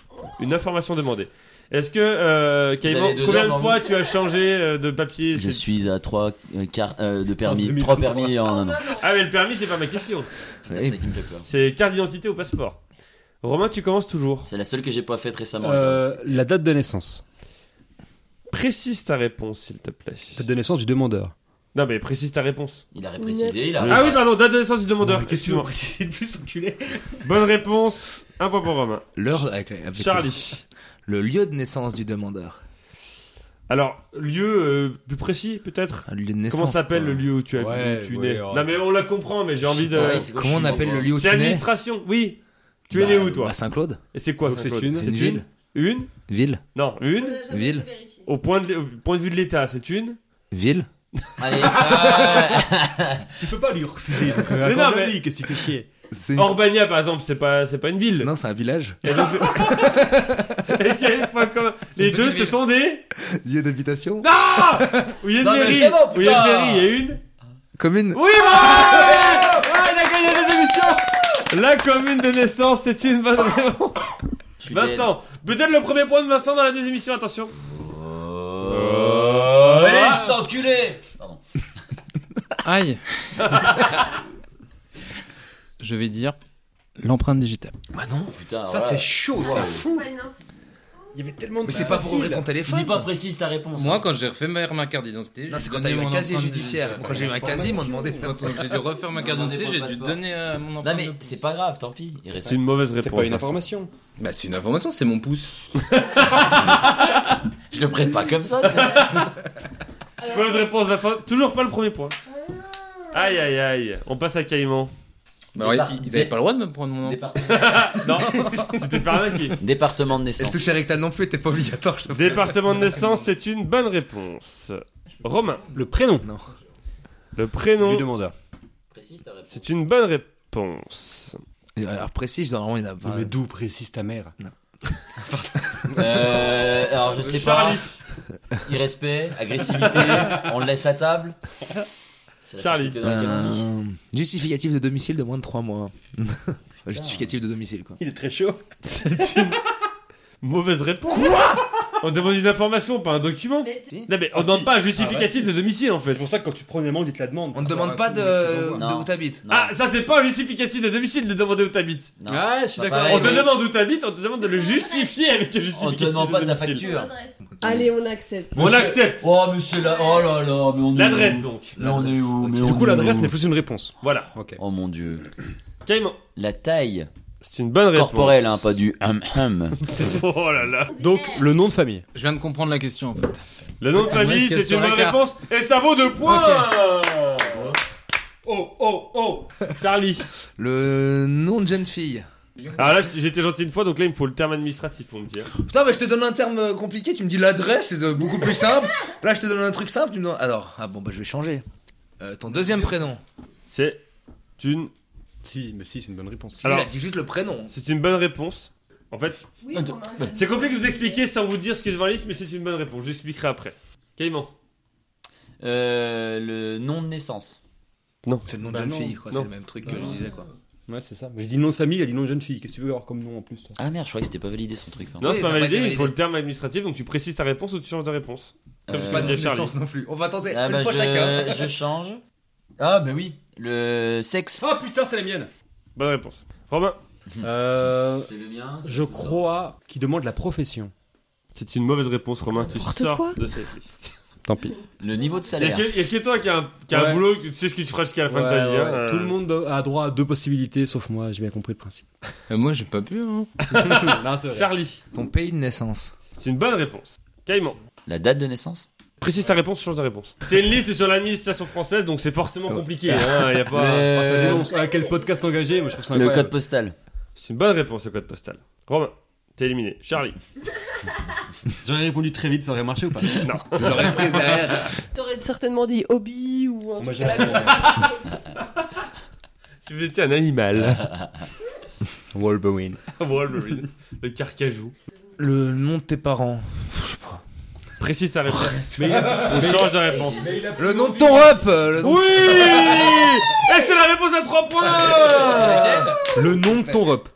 Speaker 1: Une information demandée. Est-ce que, euh, Caïman,
Speaker 3: avez deux
Speaker 1: combien
Speaker 3: heures
Speaker 1: de
Speaker 3: devant
Speaker 1: fois tu as changé euh, de papier
Speaker 3: Je
Speaker 1: C'est-
Speaker 3: suis à 3 euh, de
Speaker 5: En
Speaker 3: permis.
Speaker 5: 2023.
Speaker 3: 3 permis en un an.
Speaker 1: Ah, mais le permis, c'est pas ma question.
Speaker 3: Putain, c'est ça qui me fait peur.
Speaker 1: C'est carte d'identité ou passeport. Romain, tu commences toujours.
Speaker 3: C'est la seule que j'ai pas faite récemment.
Speaker 5: Euh, la date de naissance.
Speaker 1: Précise ta réponse, s'il te plaît.
Speaker 5: Date de naissance du demandeur.
Speaker 1: Non, mais précise ta réponse.
Speaker 3: Il a réprécisé, il a.
Speaker 1: Ah oui, pardon, date de naissance du demandeur. Excuse-moi.
Speaker 5: préciser de plus, enculé
Speaker 1: Bonne réponse. Un point pour Romain.
Speaker 2: L'heure avec, les-
Speaker 3: Ah,
Speaker 2: avec les-
Speaker 1: Charlie.
Speaker 2: Le lieu de naissance du demandeur.
Speaker 1: Alors, lieu euh, plus précis, peut-être
Speaker 2: Un lieu de naissance.
Speaker 1: Comment s'appelle
Speaker 2: quoi.
Speaker 1: le lieu où tu, as,
Speaker 5: Ouais,
Speaker 1: où tu es né
Speaker 5: ouais, ouais.
Speaker 1: Non, mais on la comprend, mais j'ai envie de.
Speaker 3: Ouais, c'est quoi,
Speaker 2: Comment
Speaker 3: je
Speaker 2: on
Speaker 3: suis
Speaker 2: appelle
Speaker 3: mort,
Speaker 2: le
Speaker 3: moi.
Speaker 2: lieu où tu
Speaker 1: C'est
Speaker 2: es né
Speaker 1: administration, oui. Tu es né
Speaker 2: Bah,
Speaker 1: où, toi
Speaker 2: À Saint-Claude.
Speaker 1: Et c'est quoi
Speaker 5: Donc c'est
Speaker 1: Saint-Claude
Speaker 5: une-
Speaker 2: C'est
Speaker 1: C'est
Speaker 2: une
Speaker 1: une
Speaker 2: ville.
Speaker 1: Une
Speaker 2: Ville.
Speaker 1: Non, une.
Speaker 4: Euh,
Speaker 2: Ville.
Speaker 1: Au point de, au point de vue de l'État, c'est une.
Speaker 2: Ville.
Speaker 3: Allez, euh,
Speaker 5: Tu peux pas lui refuser. Donc, euh,
Speaker 1: Mais non,
Speaker 5: accorde-le
Speaker 1: mais-
Speaker 5: lui, qu'est-ce que tu fais chier
Speaker 2: C'est une-
Speaker 1: Orbania, par exemple, c'est pas, c'est pas une ville.
Speaker 2: Non, c'est un village.
Speaker 1: Et donc, c'est- Et quel point commun
Speaker 6: une
Speaker 1: Les deux,
Speaker 6: petite
Speaker 1: ce
Speaker 6: ville.
Speaker 1: sont des.
Speaker 2: Lieu d'habitation.
Speaker 1: Où il y a une
Speaker 3: Non, mais
Speaker 1: mairie.
Speaker 3: c'est bon,
Speaker 1: Où il y a une
Speaker 3: putain.
Speaker 1: mairie, il y a une.
Speaker 2: Commune.
Speaker 1: Oui, bah ouais Ouais, il a gagné les émissions La commune de naissance, c'est une bonne réponse.
Speaker 3: je suis dead.
Speaker 1: Vincent, peut-être le premier point de Vincent dans la désémission, attention. Oh,
Speaker 3: Allez, s'enculer Pardon.
Speaker 6: Aïe Je vais dire l'empreinte digitale.
Speaker 2: Ah,
Speaker 3: Putain,
Speaker 5: Ça,
Speaker 3: voilà.
Speaker 5: c'est chaud, ça
Speaker 3: Wow.
Speaker 5: fou. Il y avait tellement de.
Speaker 2: Mais c'est pas pour ouvrir ton téléphone.
Speaker 3: Dis pas précise ta réponse.
Speaker 6: Moi,
Speaker 3: hein.
Speaker 6: quand j'ai refait ma, ma carte d'identité,
Speaker 2: Non,
Speaker 6: j'ai
Speaker 2: c'est quand
Speaker 6: donné
Speaker 2: t'as eu
Speaker 6: mon
Speaker 2: un casier
Speaker 6: empreinte
Speaker 2: judiciaire.
Speaker 6: digitale.
Speaker 2: Quand j'ai eu un casier, ils m'ont demandé.
Speaker 6: Quand j'ai dû refaire ma carte
Speaker 3: Demandez
Speaker 6: d'identité,
Speaker 3: votre
Speaker 6: j'ai dû
Speaker 3: passeport.
Speaker 6: donner euh, mon
Speaker 3: Non
Speaker 6: empreinte.
Speaker 3: mais
Speaker 6: de-
Speaker 3: c'est pas grave, tant pis. Il reste
Speaker 1: C'est une mauvaise
Speaker 5: C'est
Speaker 1: réponse.
Speaker 5: pas une information.
Speaker 6: Bah, c'est une information, c'est mon pouce.
Speaker 3: Je le prête pas comme ça. tu sais.
Speaker 1: C'est une mauvaise réponse, Vincent. Toujours pas le premier point. Ah. Aïe aïe aïe, on passe à Caïman.
Speaker 6: Bah, ouais,
Speaker 3: Départ-
Speaker 6: ils ils avaient pas le droit de me prendre mon empreinte.
Speaker 3: Département-
Speaker 1: Non, c'était Farnaki.
Speaker 3: Département de
Speaker 2: Elle
Speaker 3: naissance.
Speaker 2: touche rectal non plus, t'es pas obligatoire. je te préviens.
Speaker 1: Département de naissance, c'est une bonne réponse. Romain,
Speaker 5: Le prénom
Speaker 2: Non.
Speaker 1: le prénom,
Speaker 5: du demandeur.
Speaker 3: Précise ta réponse.
Speaker 1: c'est une bonne réponse.
Speaker 2: Et euh, Alors précis, normalement il y en a pas.
Speaker 5: Mais d'où précise ta mère
Speaker 3: Euh, alors je sais
Speaker 1: Charlie,
Speaker 3: pas. Irrespect, agressivité, on le laisse à table. C'est la
Speaker 1: Charlie.
Speaker 3: société dans laquelle on vit.
Speaker 2: Euh, Justificatif de domicile de moins de 3 mois. Justificatif de domicile quoi.
Speaker 5: Il est très chaud.
Speaker 1: mauvaise réponse. on demande une information, pas un document.
Speaker 4: Mais-
Speaker 1: Non mais on
Speaker 5: Ah,
Speaker 1: demande
Speaker 5: si.
Speaker 1: pas un justificatif de domicile en fait.
Speaker 5: C'est pour ça que quand tu prends une amende, ils te la demandent.
Speaker 2: On ne demande pas
Speaker 5: de-
Speaker 2: de,
Speaker 3: de où
Speaker 2: où t'habites.
Speaker 3: Non,
Speaker 1: Ah, ça c'est pas un justificatif de domicile de demander où t'habites.
Speaker 3: non.
Speaker 5: Ah, je suis
Speaker 3: Pas
Speaker 5: d'accord.
Speaker 3: pareil.
Speaker 1: On
Speaker 3: Ouais,
Speaker 1: te
Speaker 3: ouais.
Speaker 1: demande où t'habites, on te demande de le justifier avec le justificatif.
Speaker 3: On te demande pas
Speaker 1: de
Speaker 3: ta
Speaker 1: domicile.
Speaker 3: facture.
Speaker 4: Allez, on accepte.
Speaker 1: On
Speaker 3: Monsieur-
Speaker 1: accepte.
Speaker 3: Oh mais c'est la... Oh là là, mais on est
Speaker 1: L'adresse
Speaker 3: où
Speaker 1: donc.
Speaker 3: Mais on est où mais
Speaker 5: Du
Speaker 3: on
Speaker 5: coup,
Speaker 3: est
Speaker 5: l'adresse
Speaker 3: où
Speaker 5: n'est plus une réponse.
Speaker 1: Voilà.
Speaker 5: Ok.
Speaker 3: Oh mon dieu.
Speaker 1: Caïman,
Speaker 3: La taille
Speaker 5: Ah,
Speaker 1: c'est une bonne réponse.
Speaker 3: corporelle, hein, pas du hum hum.
Speaker 1: Oh là là.
Speaker 5: Donc, le nom de famille.
Speaker 6: Je viens de comprendre la question en fait.
Speaker 1: Le nom de
Speaker 6: Ouais,
Speaker 1: famille,
Speaker 6: mauvaise
Speaker 1: c'est
Speaker 6: question,
Speaker 1: une bonne
Speaker 6: Ricard.
Speaker 1: réponse et ça vaut deux points.
Speaker 5: Oh, oh, oh
Speaker 1: Charlie.
Speaker 2: Le nom de jeune fille.
Speaker 1: Alors là, j'étais gentil une fois, donc là, il me faut le terme administratif pour me dire.
Speaker 2: Putain, mais je te donne un terme euh, compliqué, tu me dis l'adresse, c'est euh, beaucoup plus simple. Là, je te donne un truc simple, tu me donnes. Alors, ah bon, bah je vais changer. Euh, ton deuxième prénom.
Speaker 1: C'est une,
Speaker 5: Si, mais si, c'est une bonne réponse.
Speaker 1: Alors-
Speaker 2: Alors, il a dit juste le prénom.
Speaker 1: c'est une bonne réponse. En fait, c'est compliqué de vous expliquer sans vous dire ce que je dans la liste, mais c'est une bonne réponse. Je l'expliquerai après. Caïman.
Speaker 3: Euh, le nom de naissance.
Speaker 2: C'est le nom
Speaker 5: Bah
Speaker 2: de jeune
Speaker 5: non,
Speaker 2: fille, quoi.
Speaker 1: non.
Speaker 2: C'est le même truc que je disais, quoi.
Speaker 5: Ouais, c'est ça. J'ai dit nom de famille, il a dit nom de jeune fille. Qu'est-ce que tu veux avoir comme nom en plus toi
Speaker 3: Ah merde, je croyais que c'était pas validé son truc. hein.
Speaker 1: Non,
Speaker 2: Oui,
Speaker 1: c'est pas
Speaker 2: ça a pas
Speaker 1: validé,
Speaker 2: été
Speaker 1: il faut
Speaker 2: validé.
Speaker 1: le terme administratif, donc tu précises ta réponse ou tu changes de réponse.
Speaker 3: Euh,
Speaker 2: C'est pas de
Speaker 1: bien Charlie.
Speaker 2: naissance non plus. On va tenter
Speaker 3: Ah
Speaker 2: une
Speaker 3: bah,
Speaker 2: fois
Speaker 3: je,
Speaker 2: chacun.
Speaker 3: je change. Ah bah oui, le sexe.
Speaker 5: Ah putain, c'est la mienne
Speaker 1: Bonne réponse. Romain.
Speaker 5: Euh.
Speaker 3: C'est le mien.
Speaker 5: Je crois qu'il demande la profession.
Speaker 1: C'est une mauvaise réponse, Romain. Tu
Speaker 4: N'importe
Speaker 1: sors
Speaker 4: quoi.
Speaker 1: de cette liste.
Speaker 5: Tant pis.
Speaker 3: Le niveau de
Speaker 1: Il y a
Speaker 3: salaire.
Speaker 1: que, y a que toi qui a un, qui a un
Speaker 5: Ouais.
Speaker 1: boulot, que tu sais ce que tu feras jusqu'à la fin de ta vie. hein. Euh,
Speaker 5: Tout le monde a droit à deux possibilités, sauf moi, j'ai bien compris le principe.
Speaker 6: Euh, moi, j'ai pas pu. Hein.
Speaker 5: non, c'est
Speaker 1: Euh, Charlie.
Speaker 2: Ton pays de naissance.
Speaker 1: C'est une bonne réponse. Caïman.
Speaker 3: La date de naissance.
Speaker 1: Précise ta réponse, change ta réponse. C'est une liste sur l'administration française, donc c'est forcément compliqué. Hein, y a pas...
Speaker 3: Le-
Speaker 5: Ah, ça dénonce. Ah, quel podcast engagé Moi, je trouve ça
Speaker 3: le
Speaker 5: incroyable.
Speaker 3: code postal.
Speaker 1: C'est une bonne réponse, le code postal. Romain, t'es éliminé. Charlie,
Speaker 5: J'aurais répondu très vite, ça aurait marché ou pas
Speaker 1: non.
Speaker 2: J'aurais prise derrière.
Speaker 4: T'aurais certainement dit hobby ou un
Speaker 5: Moi,
Speaker 4: truc
Speaker 5: j'ai-
Speaker 4: à la con.
Speaker 1: si vous étiez un animal.
Speaker 5: Wolverine.
Speaker 1: Wolverine, le carcajou.
Speaker 2: Le nom de tes parents. Je sais pas.
Speaker 1: Précise ta réponse. On change de réponse.
Speaker 2: Le nom de ton rep. euh, Le nom,
Speaker 1: Oui Et c'est la réponse à 3 points
Speaker 5: Le nom de ton rep.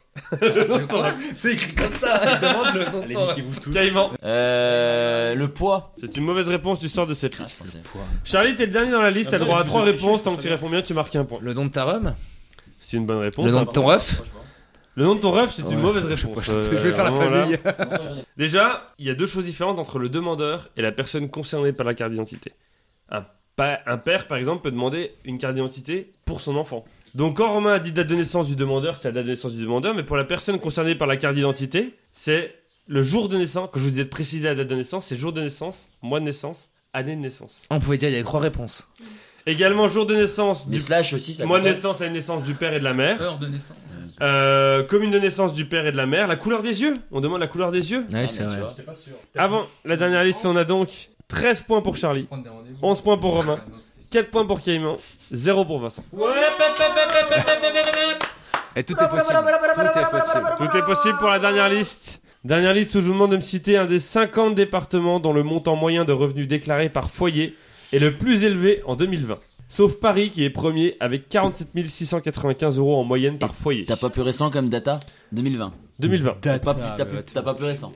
Speaker 2: C'est écrit comme ça. Il demande le nom de ton rep.
Speaker 1: Caïman.
Speaker 3: Euh, le poids.
Speaker 1: C'est une mauvaise réponse, tu sors de cette
Speaker 3: Ah,
Speaker 1: liste.
Speaker 3: je pensais-
Speaker 1: Charlie, t'es le dernier dans la liste, t'as droit à 3
Speaker 5: je vais
Speaker 1: réponses.
Speaker 5: chercher,
Speaker 1: Tant que tu réponds bien, tu marques un point.
Speaker 2: Le nom de ta rhum.
Speaker 1: C'est une bonne réponse.
Speaker 2: Le nom
Speaker 1: hein.
Speaker 2: de ton ref.
Speaker 1: Le nom de ton rêve, c'est
Speaker 2: Ouais,
Speaker 1: une mauvaise réponse.
Speaker 2: Je
Speaker 1: Euh,
Speaker 2: vais faire la
Speaker 1: vraiment, là.
Speaker 2: famille.
Speaker 1: Déjà, il y a deux choses différentes entre le demandeur et la personne concernée par la carte d'identité. Un, pa- un père, par exemple, peut demander une carte d'identité pour son enfant. Donc, quand Romain a dit date de naissance du demandeur, c'est la date de naissance du demandeur, mais pour la personne concernée par la carte d'identité, c'est le jour de naissance. Quand je vous disais de préciser la date de naissance, c'est jour de naissance, mois de naissance, année de naissance.
Speaker 2: On pouvait dire il y avait trois réponses.
Speaker 1: Également, jour de naissance
Speaker 3: Mais
Speaker 1: du
Speaker 3: slash aussi, ça
Speaker 1: mois de
Speaker 3: comptait.
Speaker 1: naissance, année de naissance du père et de la mère.
Speaker 6: Heure de naissance.
Speaker 1: Euh, commune de naissance du père et de la mère. La couleur des yeux. On demande la couleur des yeux.
Speaker 2: Ouais,
Speaker 3: Ah,
Speaker 2: c'est
Speaker 3: mais tu
Speaker 2: vrai.
Speaker 3: vois.
Speaker 1: Avant la dernière liste, on a donc 13 points pour Charlie, 11 points pour Romain, 4 points pour Caïman, 0 pour Vincent.
Speaker 2: Et tout est possible. Tout est possible.
Speaker 1: Tout est possible pour la dernière liste. Dernière liste où je vous demande de me citer un des 50 départements dont le montant moyen de revenus déclaré par foyer est le plus élevé en 2020. Sauf Paris qui est premier avec 47 695 euros en moyenne par foyer.
Speaker 3: T'as pas plus récent comme data 2020.
Speaker 1: 2020.
Speaker 3: T'as pas, plus- t'as plus- t'as pas plus récent.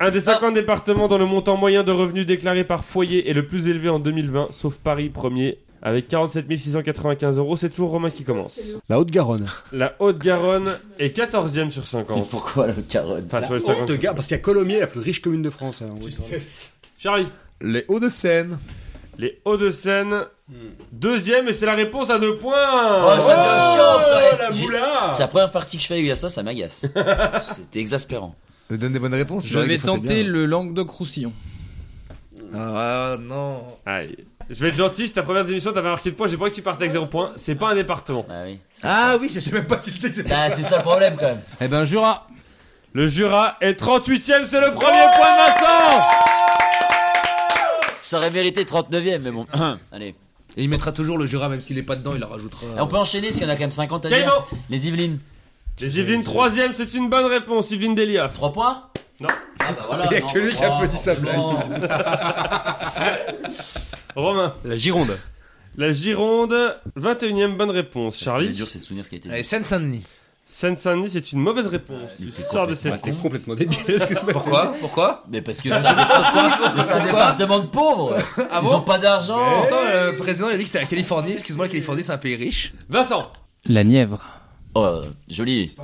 Speaker 1: Un des 50 départements dont le montant moyen de revenus déclaré par foyer est le plus élevé en 2020, sauf Paris premier, avec 47 695 euros. C'est toujours Romain qui commence.
Speaker 5: La Haute-Garonne.
Speaker 1: La Haute-Garonne est 14e sur 50.
Speaker 3: Pourquoi la carotte
Speaker 1: Enfin, sur les 50.
Speaker 5: Haute-Garonne, parce qu'il y a Colomiers, la plus riche commune de France. hein, en Haute-Garonne.
Speaker 1: Charlie.
Speaker 2: Les Hauts-de-Seine.
Speaker 1: Les Hauts-de-Seine, deuxième, et c'est la réponse à deux points
Speaker 3: Oh, ça devient chiant, ça.
Speaker 5: la
Speaker 3: J'ai-
Speaker 5: moula
Speaker 3: C'est la première partie que je fais avec ça, ça m'agace. C'était exaspérant.
Speaker 2: Je donne des bonnes réponses.
Speaker 6: Je vais hein. tenter le Languedoc-Roussillon.
Speaker 2: Ah non.
Speaker 1: Aïe. Je vais être gentil, c'est ta première émission, t'avais marqué de points, j'ai pas envie que tu partes avec zéro point, c'est pas un département.
Speaker 3: Ah oui. C'est-
Speaker 2: Ah oui, je sais même pas tilté que c'était.
Speaker 3: Ah, c'est ça le problème quand même.
Speaker 6: Eh ben, Jura.
Speaker 1: Le Jura est 38ème, c'est le premier point de Vincent
Speaker 3: Ça aurait mérité 39ème, mais bon. Allez.
Speaker 2: Et il mettra toujours le Jura, même s'il est pas dedans, il la rajoutera.
Speaker 3: Et on peut enchaîner parce qu'il y en a quand même 50 à
Speaker 1: Caïman.
Speaker 3: dire. Les Yvelines,
Speaker 1: Les Yvelines, troisième, c'est une bonne réponse, Yveline Delia.
Speaker 3: 3 points
Speaker 1: Non.
Speaker 3: Ah bah voilà.
Speaker 2: Il y a
Speaker 3: non,
Speaker 2: que lui qui
Speaker 3: trois,
Speaker 2: applaudit sa blague.
Speaker 3: forcément.
Speaker 1: Romain.
Speaker 5: La Gironde.
Speaker 1: La Gironde, 21ème bonne réponse.
Speaker 3: Le
Speaker 1: Charlie.
Speaker 3: dur, c'est de souvenir ce qui a été dit.
Speaker 2: Allez, Euh, Seine-Saint-Denis.
Speaker 1: Seine-Saint-Denis, c'est une mauvaise réponse. Tu sors de cette
Speaker 5: Ah, T'es complètement débile. Est-ce que c'est pas-
Speaker 2: Pourquoi Pourcois
Speaker 3: Mais parce que ça département, c'est un département de pauvres. Ils ont pas d'argent.
Speaker 2: Pourtant, le président il a dit que c'était la Californie. Excuse-moi, la Californie c'est un pays riche.
Speaker 1: Vincent.
Speaker 6: La Nièvre.
Speaker 3: Oh, euh, joli.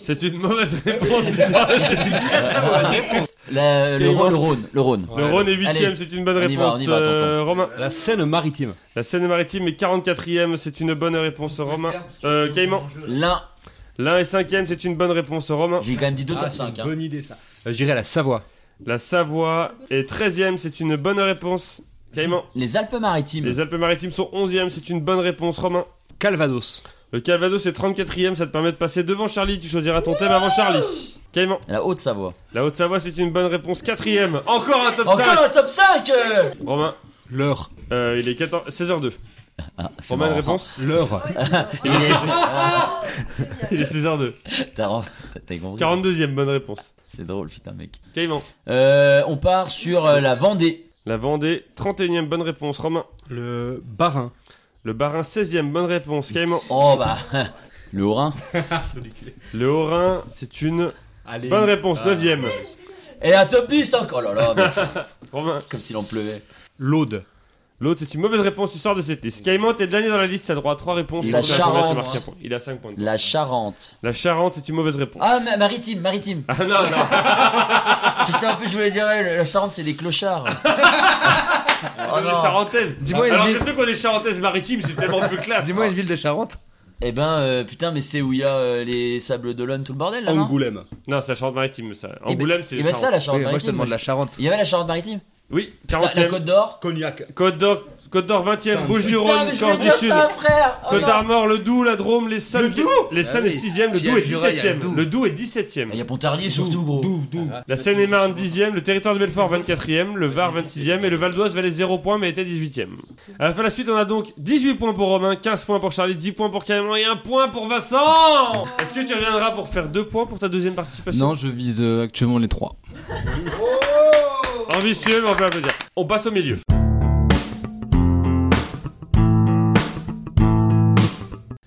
Speaker 1: C'est une mauvaise réponse. tu sors de cette-
Speaker 3: La- le,
Speaker 1: Quel
Speaker 3: Rhône, le Rhône, le Rhône.
Speaker 1: Le Rhône est
Speaker 3: Allez,
Speaker 1: 8ème, c'est une bonne
Speaker 3: on y va,
Speaker 1: réponse.
Speaker 3: on y va, tonton.
Speaker 1: euh, Romain.
Speaker 5: La Seine-Maritime.
Speaker 1: La Seine-Maritime est 44ème, c'est une bonne réponse, Romain. Euh, Caïman.
Speaker 3: L'un,
Speaker 1: L'un est 5ème, c'est une bonne réponse, Romain.
Speaker 3: j'ai quand même dit deux
Speaker 5: Ah,
Speaker 3: top
Speaker 5: c'est une
Speaker 3: 5. Hein.
Speaker 5: bonne idée ça. Euh, J'irai à la Savoie.
Speaker 1: La Savoie est 13ème, c'est une bonne réponse. Caïman.
Speaker 3: Les Alpes-Maritimes.
Speaker 1: Les Alpes-Maritimes sont 11ème, c'est une bonne réponse, Romain.
Speaker 5: Calvados.
Speaker 1: Le Calvados est 34ème, ça te permet de passer devant Charlie. Tu choisiras ton thème avant Charlie. Caïman.
Speaker 3: La Haute-Savoie.
Speaker 1: La Haute-Savoie, c'est une bonne réponse. Quatrième. Encore un top
Speaker 3: Encore
Speaker 1: 5.
Speaker 3: un top 5 euh
Speaker 1: Romain,
Speaker 5: L'heure.
Speaker 1: euh, il est 14... 16h02.
Speaker 3: Ah, c'est
Speaker 1: Romain, une
Speaker 3: marrant.
Speaker 1: réponse
Speaker 5: L'heure.
Speaker 3: Il est- Ah,
Speaker 1: Il est 16h02.
Speaker 3: T'as t'as compris
Speaker 1: 42ème, bonne réponse.
Speaker 3: C'est drôle, putain, mec.
Speaker 1: Caïman.
Speaker 3: Euh, on part sur euh, la Vendée.
Speaker 1: La Vendée, 31ème, bonne réponse. Romain.
Speaker 5: Le Barin.
Speaker 1: Le Barin, 16ème, bonne réponse. Caïman.
Speaker 3: Oh bah, le Haut-Rhin.
Speaker 1: Le Haut-Rhin, c'est une
Speaker 5: Allez.
Speaker 1: bonne réponse. 9ème.
Speaker 3: Et un top 10 encore. Oh là là, mais pff,
Speaker 1: Romain.
Speaker 3: comme s'il en pleuvait.
Speaker 5: L'Aude.
Speaker 1: L'autre, c'est une mauvaise réponse. Tu sors de cette liste. Caïman, t'es dernier dans la liste. T'as droit à 3 réponses.
Speaker 3: La
Speaker 1: Tu marques un point, tu
Speaker 3: Charente.
Speaker 1: marques un point. Il a 5 points. de-
Speaker 3: La Charente.
Speaker 1: La Charente, c'est une mauvaise réponse.
Speaker 3: Ah, ma- maritime, maritime.
Speaker 1: Ah non, non.
Speaker 3: Putain, en plus, je voulais dire, ouais, la Charente, c'est des clochards. oh,
Speaker 1: Les
Speaker 3: non.
Speaker 1: Charentaises.
Speaker 2: Ah Dis-moi une
Speaker 1: Alors
Speaker 2: ville-
Speaker 1: que ceux qui ont des Charentaises maritimes, c'est tellement plus classe.
Speaker 2: Dis-moi une ville de Charente.
Speaker 3: Eh ben, euh, putain, mais c'est où il y a euh, les sables d'Olonne, tout le bordel là. non
Speaker 5: Angoulême.
Speaker 1: Non, c'est la Charente-Maritime, ça. Angoulême, c'est
Speaker 3: Eh
Speaker 1: la
Speaker 3: ben, ça,
Speaker 1: Charente.
Speaker 3: la Charente.
Speaker 2: Oui, moi je te
Speaker 3: maritime,
Speaker 2: demande la Charente.
Speaker 3: Il y avait la Charente maritime
Speaker 1: Oui,
Speaker 3: Putain, La
Speaker 1: 40e.
Speaker 3: Côte d'Or
Speaker 5: Cognac.
Speaker 1: Côte d'Or, Côte d'or 20e, Bouches du
Speaker 3: Putain,
Speaker 1: Rhône,
Speaker 3: mais je voulais
Speaker 1: Corse du
Speaker 3: dire
Speaker 1: Sud.
Speaker 3: ça, frère Oh,
Speaker 1: Côte
Speaker 3: non.
Speaker 1: d'Armor, le Doubs, la Drôme, les Sannes. Les
Speaker 2: Ah
Speaker 1: Sannes
Speaker 2: oui.
Speaker 1: est 6e, le
Speaker 2: S'il y a
Speaker 1: Doubs est
Speaker 2: le Jura, il y a le
Speaker 1: 17e.
Speaker 2: Doubs.
Speaker 1: Le Doubs est
Speaker 3: Il
Speaker 1: 17e.
Speaker 3: Ah, y a Pontarlier surtout, gros.
Speaker 1: La Seine-et-Marne 10e, le territoire de Belfort 24e, le Var 26e et le Val d'Oise valait 0 points mais était 18e. À la fin de la suite, on a donc 18 points pour Romain, 15 points pour Charlie, 10 points pour Caïman et 1 point pour Vincent. Est-ce que tu reviendras pour faire 2 points pour ta deuxième participation
Speaker 6: Non, je vise euh, actuellement les trois.
Speaker 1: Ambitieux, mais on peut applaudir. On passe au milieu.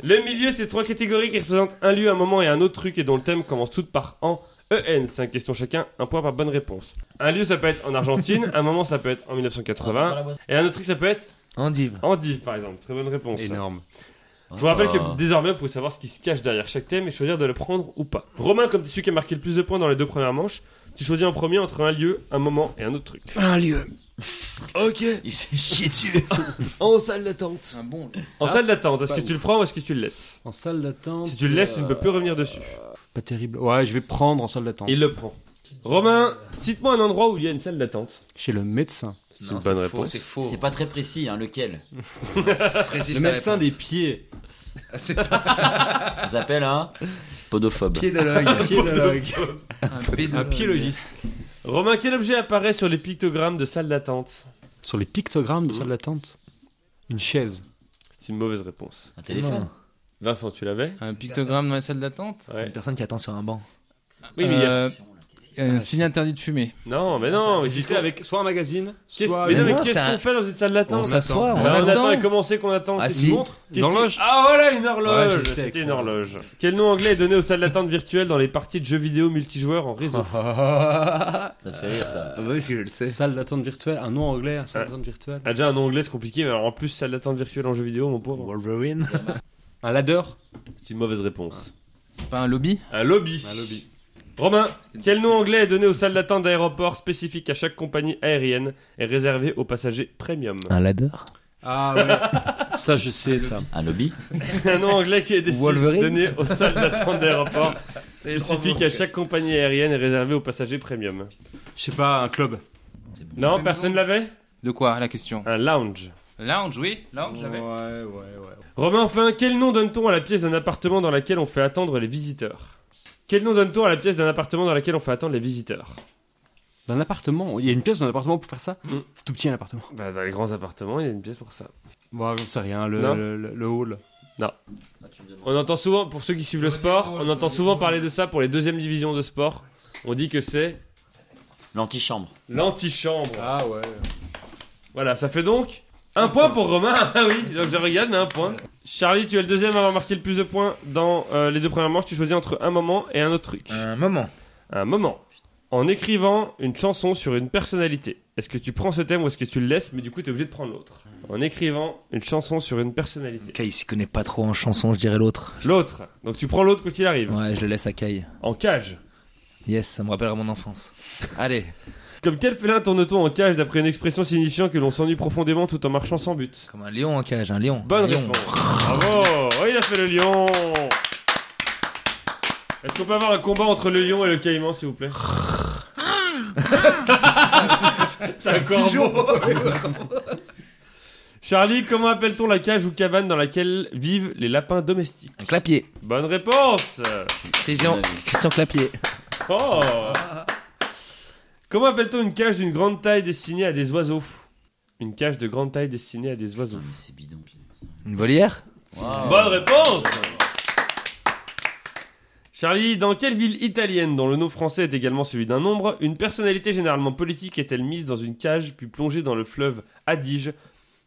Speaker 1: Le milieu, c'est trois catégories qui représentent un lieu, un moment et un autre truc et dont le thème commence toutes par en EN. 5 questions chacun, un point par bonne réponse. Un lieu, ça peut être en Argentine, un moment, ça peut être en 1980, et un autre truc, ça peut être
Speaker 2: Andive.
Speaker 1: Andive, par exemple. Très bonne réponse.
Speaker 5: Énorme.
Speaker 1: Je vous rappelle
Speaker 3: Ah.
Speaker 1: que
Speaker 3: Oh,
Speaker 1: désormais, vous pouvez savoir ce qui se cache derrière chaque thème et choisir de le prendre ou pas. Romain, comme tu es celui qui a marqué le plus de points dans les deux premières manches, tu choisis en premier entre un lieu, un moment et un autre truc.
Speaker 5: Un lieu.
Speaker 1: Ok.
Speaker 3: Il s'est chié dessus.
Speaker 1: En salle d'attente.
Speaker 6: Un bon.
Speaker 1: En
Speaker 5: Ah,
Speaker 1: salle d'attente,
Speaker 5: c'est
Speaker 1: est-ce
Speaker 5: pas
Speaker 1: que tu le prends ou est-ce que tu le laisses
Speaker 5: En salle d'attente. euh,
Speaker 1: Si tu le laisses, tu ne peux plus revenir dessus.
Speaker 5: Pas terrible. Ouais, je vais prendre en salle d'attente.
Speaker 1: euh, Il le prend. Romain, cite-moi un endroit où il y a une salle d'attente.
Speaker 5: Chez le médecin.
Speaker 1: C'est une bonne réponse.
Speaker 2: C'est faux.
Speaker 3: C'est pas très précis, hein, lequel
Speaker 5: Le médecin des pieds.
Speaker 2: Ah, C'est
Speaker 3: Ça s'appelle un Ah. podophobe.
Speaker 2: pied de l'œil.
Speaker 5: Piédologue.
Speaker 6: Un
Speaker 5: Un piélogiste.
Speaker 1: Romain, quel objet apparaît sur les pictogrammes de salle d'attente
Speaker 5: Sur les pictogrammes de
Speaker 1: Mmh.
Speaker 5: salle d'attente. Une chaise.
Speaker 1: C'est une mauvaise réponse.
Speaker 3: Un téléphone.
Speaker 1: Vincent, tu l'avais
Speaker 6: Un pictogramme dans la salle d'attente
Speaker 1: Ouais.
Speaker 2: Une personne qui attend sur un banc.
Speaker 1: Oui, mais il y a-
Speaker 6: Euh, un signe interdit de fumer.
Speaker 1: Non, mais non, mais
Speaker 5: J'hésitais avec soit un magazine,
Speaker 1: Qu'est-ce
Speaker 5: soit.
Speaker 1: mais non,
Speaker 2: Mais
Speaker 1: mais
Speaker 2: moi,
Speaker 1: qu'est-ce
Speaker 2: ça-
Speaker 1: qu'on fait dans une salle
Speaker 2: On
Speaker 1: d'attente
Speaker 2: s'assoit,
Speaker 1: On
Speaker 6: on
Speaker 2: on
Speaker 6: attend.
Speaker 1: attend et comment c'est qu'on attend
Speaker 2: Ah
Speaker 1: Qu'est-ce
Speaker 2: si.
Speaker 1: qui- Qu'est-ce
Speaker 5: Une
Speaker 1: qui-
Speaker 5: horloge.
Speaker 1: Ah voilà, une
Speaker 5: Ouais,
Speaker 1: horloge
Speaker 5: j'hésitais avec
Speaker 1: C'était une
Speaker 5: ça.
Speaker 1: horloge. Quel nom anglais est donné aux salles d'attente virtuelles dans les parties de jeux vidéo multijoueurs en réseau
Speaker 3: Ça te fait rire, ça.
Speaker 2: Ah bah oui, si je le sais.
Speaker 5: Salle d'attente virtuelle, un nom anglais, salle d'attente virtuelle.
Speaker 1: Ah, déjà un nom anglais c'est compliqué, mais alors en plus salle d'attente virtuelle en jeu vidéo, mon pauvre.
Speaker 2: Wolverine.
Speaker 5: Un ladder.
Speaker 1: C'est une mauvaise réponse.
Speaker 6: C'est pas un lobby
Speaker 1: Un lobby.
Speaker 5: Un lobby.
Speaker 1: Romain, quel nom anglais est donné aux salles d'attente d'aéroports spécifiques à chaque compagnie aérienne et réservé aux passagers premium
Speaker 2: Un ladder.
Speaker 5: Ah ouais. ça, je sais, ça.
Speaker 3: Un lobby
Speaker 1: Un nom anglais qui est décidé-
Speaker 2: Wolverine
Speaker 1: donné aux salles d'attente d'aéroports spécifiques
Speaker 2: spécifique
Speaker 1: à chaque compagnie aérienne et réservé aux passagers premium.
Speaker 5: Je sais pas, un club.
Speaker 1: Non, personne l'avait
Speaker 6: De quoi la question
Speaker 1: Un lounge.
Speaker 6: Lounge, oui, lounge,
Speaker 5: Ouais,
Speaker 6: j'avais.
Speaker 5: ouais, ouais.
Speaker 1: Romain, enfin, quel nom donne-t-on à la pièce d'un appartement dans laquelle on fait attendre les visiteurs Quel nom donne-t-on à la pièce d'un appartement dans laquelle on fait attendre les visiteurs
Speaker 5: Dans un appartement. Il y a une pièce dans un appartement pour faire ça
Speaker 1: Mm.
Speaker 5: C'est tout petit un appartement.
Speaker 1: Bah, dans les grands appartements, il y a une pièce pour ça.
Speaker 5: Moi, j'en sais rien, le,
Speaker 1: Non.
Speaker 5: le, le- le hall.
Speaker 3: Bah,
Speaker 1: On entend souvent, pour ceux qui suivent le sport, on entend souvent parler de ça pour les deuxièmes divisions de sport. On dit que c'est
Speaker 3: L'antichambre.
Speaker 1: l'antichambre.
Speaker 5: Ah ouais.
Speaker 1: Voilà, ça fait donc un point pour Romain. Ah oui, donc je regarde, mais un point. Charlie, tu es le deuxième à avoir marqué le plus de points dans euh, les deux premières manches. Tu choisis entre un moment et un autre truc.
Speaker 2: Un moment.
Speaker 1: Un moment. En écrivant une chanson sur une personnalité, est-ce que tu prends ce thème ou est-ce que tu le laisses, mais du coup, t'es obligé de prendre l'autre En écrivant une chanson sur une personnalité.
Speaker 2: Kai s'y connaît pas trop en chanson, je dirais l'autre.
Speaker 1: L'autre. Donc tu prends l'autre quoi qu'il arrive.
Speaker 2: Ouais, je le laisse à Kai.
Speaker 1: En cage.
Speaker 2: Yes, ça me rappellera mon enfance. Allez.
Speaker 1: Comme quel félin tourne-t-on en cage d'après une expression signifiant que l'on s'ennuie profondément tout en marchant sans but
Speaker 2: Comme un lion en cage, un lion.
Speaker 1: Bonne
Speaker 2: un lion.
Speaker 1: réponse. Bravo. Oh, il a fait le lion. Est-ce qu'on peut avoir un combat entre le lion et le caïman, s'il vous plaît C'est un corbeau. Charlie, comment appelle-t-on la cage ou cabane dans laquelle vivent les lapins domestiques
Speaker 2: Un clapier.
Speaker 1: Bonne réponse.
Speaker 3: Ah,
Speaker 2: Christian, Christian Clapier.
Speaker 1: Oh. Comment appelle-t-on une cage d'une grande taille destinée à des oiseaux Une cage de grande taille destinée à des oiseaux.
Speaker 3: Putain, Ah, mais c'est bidon.
Speaker 2: Une volière
Speaker 3: Waouh.
Speaker 1: Bonne réponse Charlie, dans quelle ville italienne, dont le nom français est également celui d'un nombre, une personnalité généralement politique est-elle mise dans une cage puis plongée dans le fleuve Adige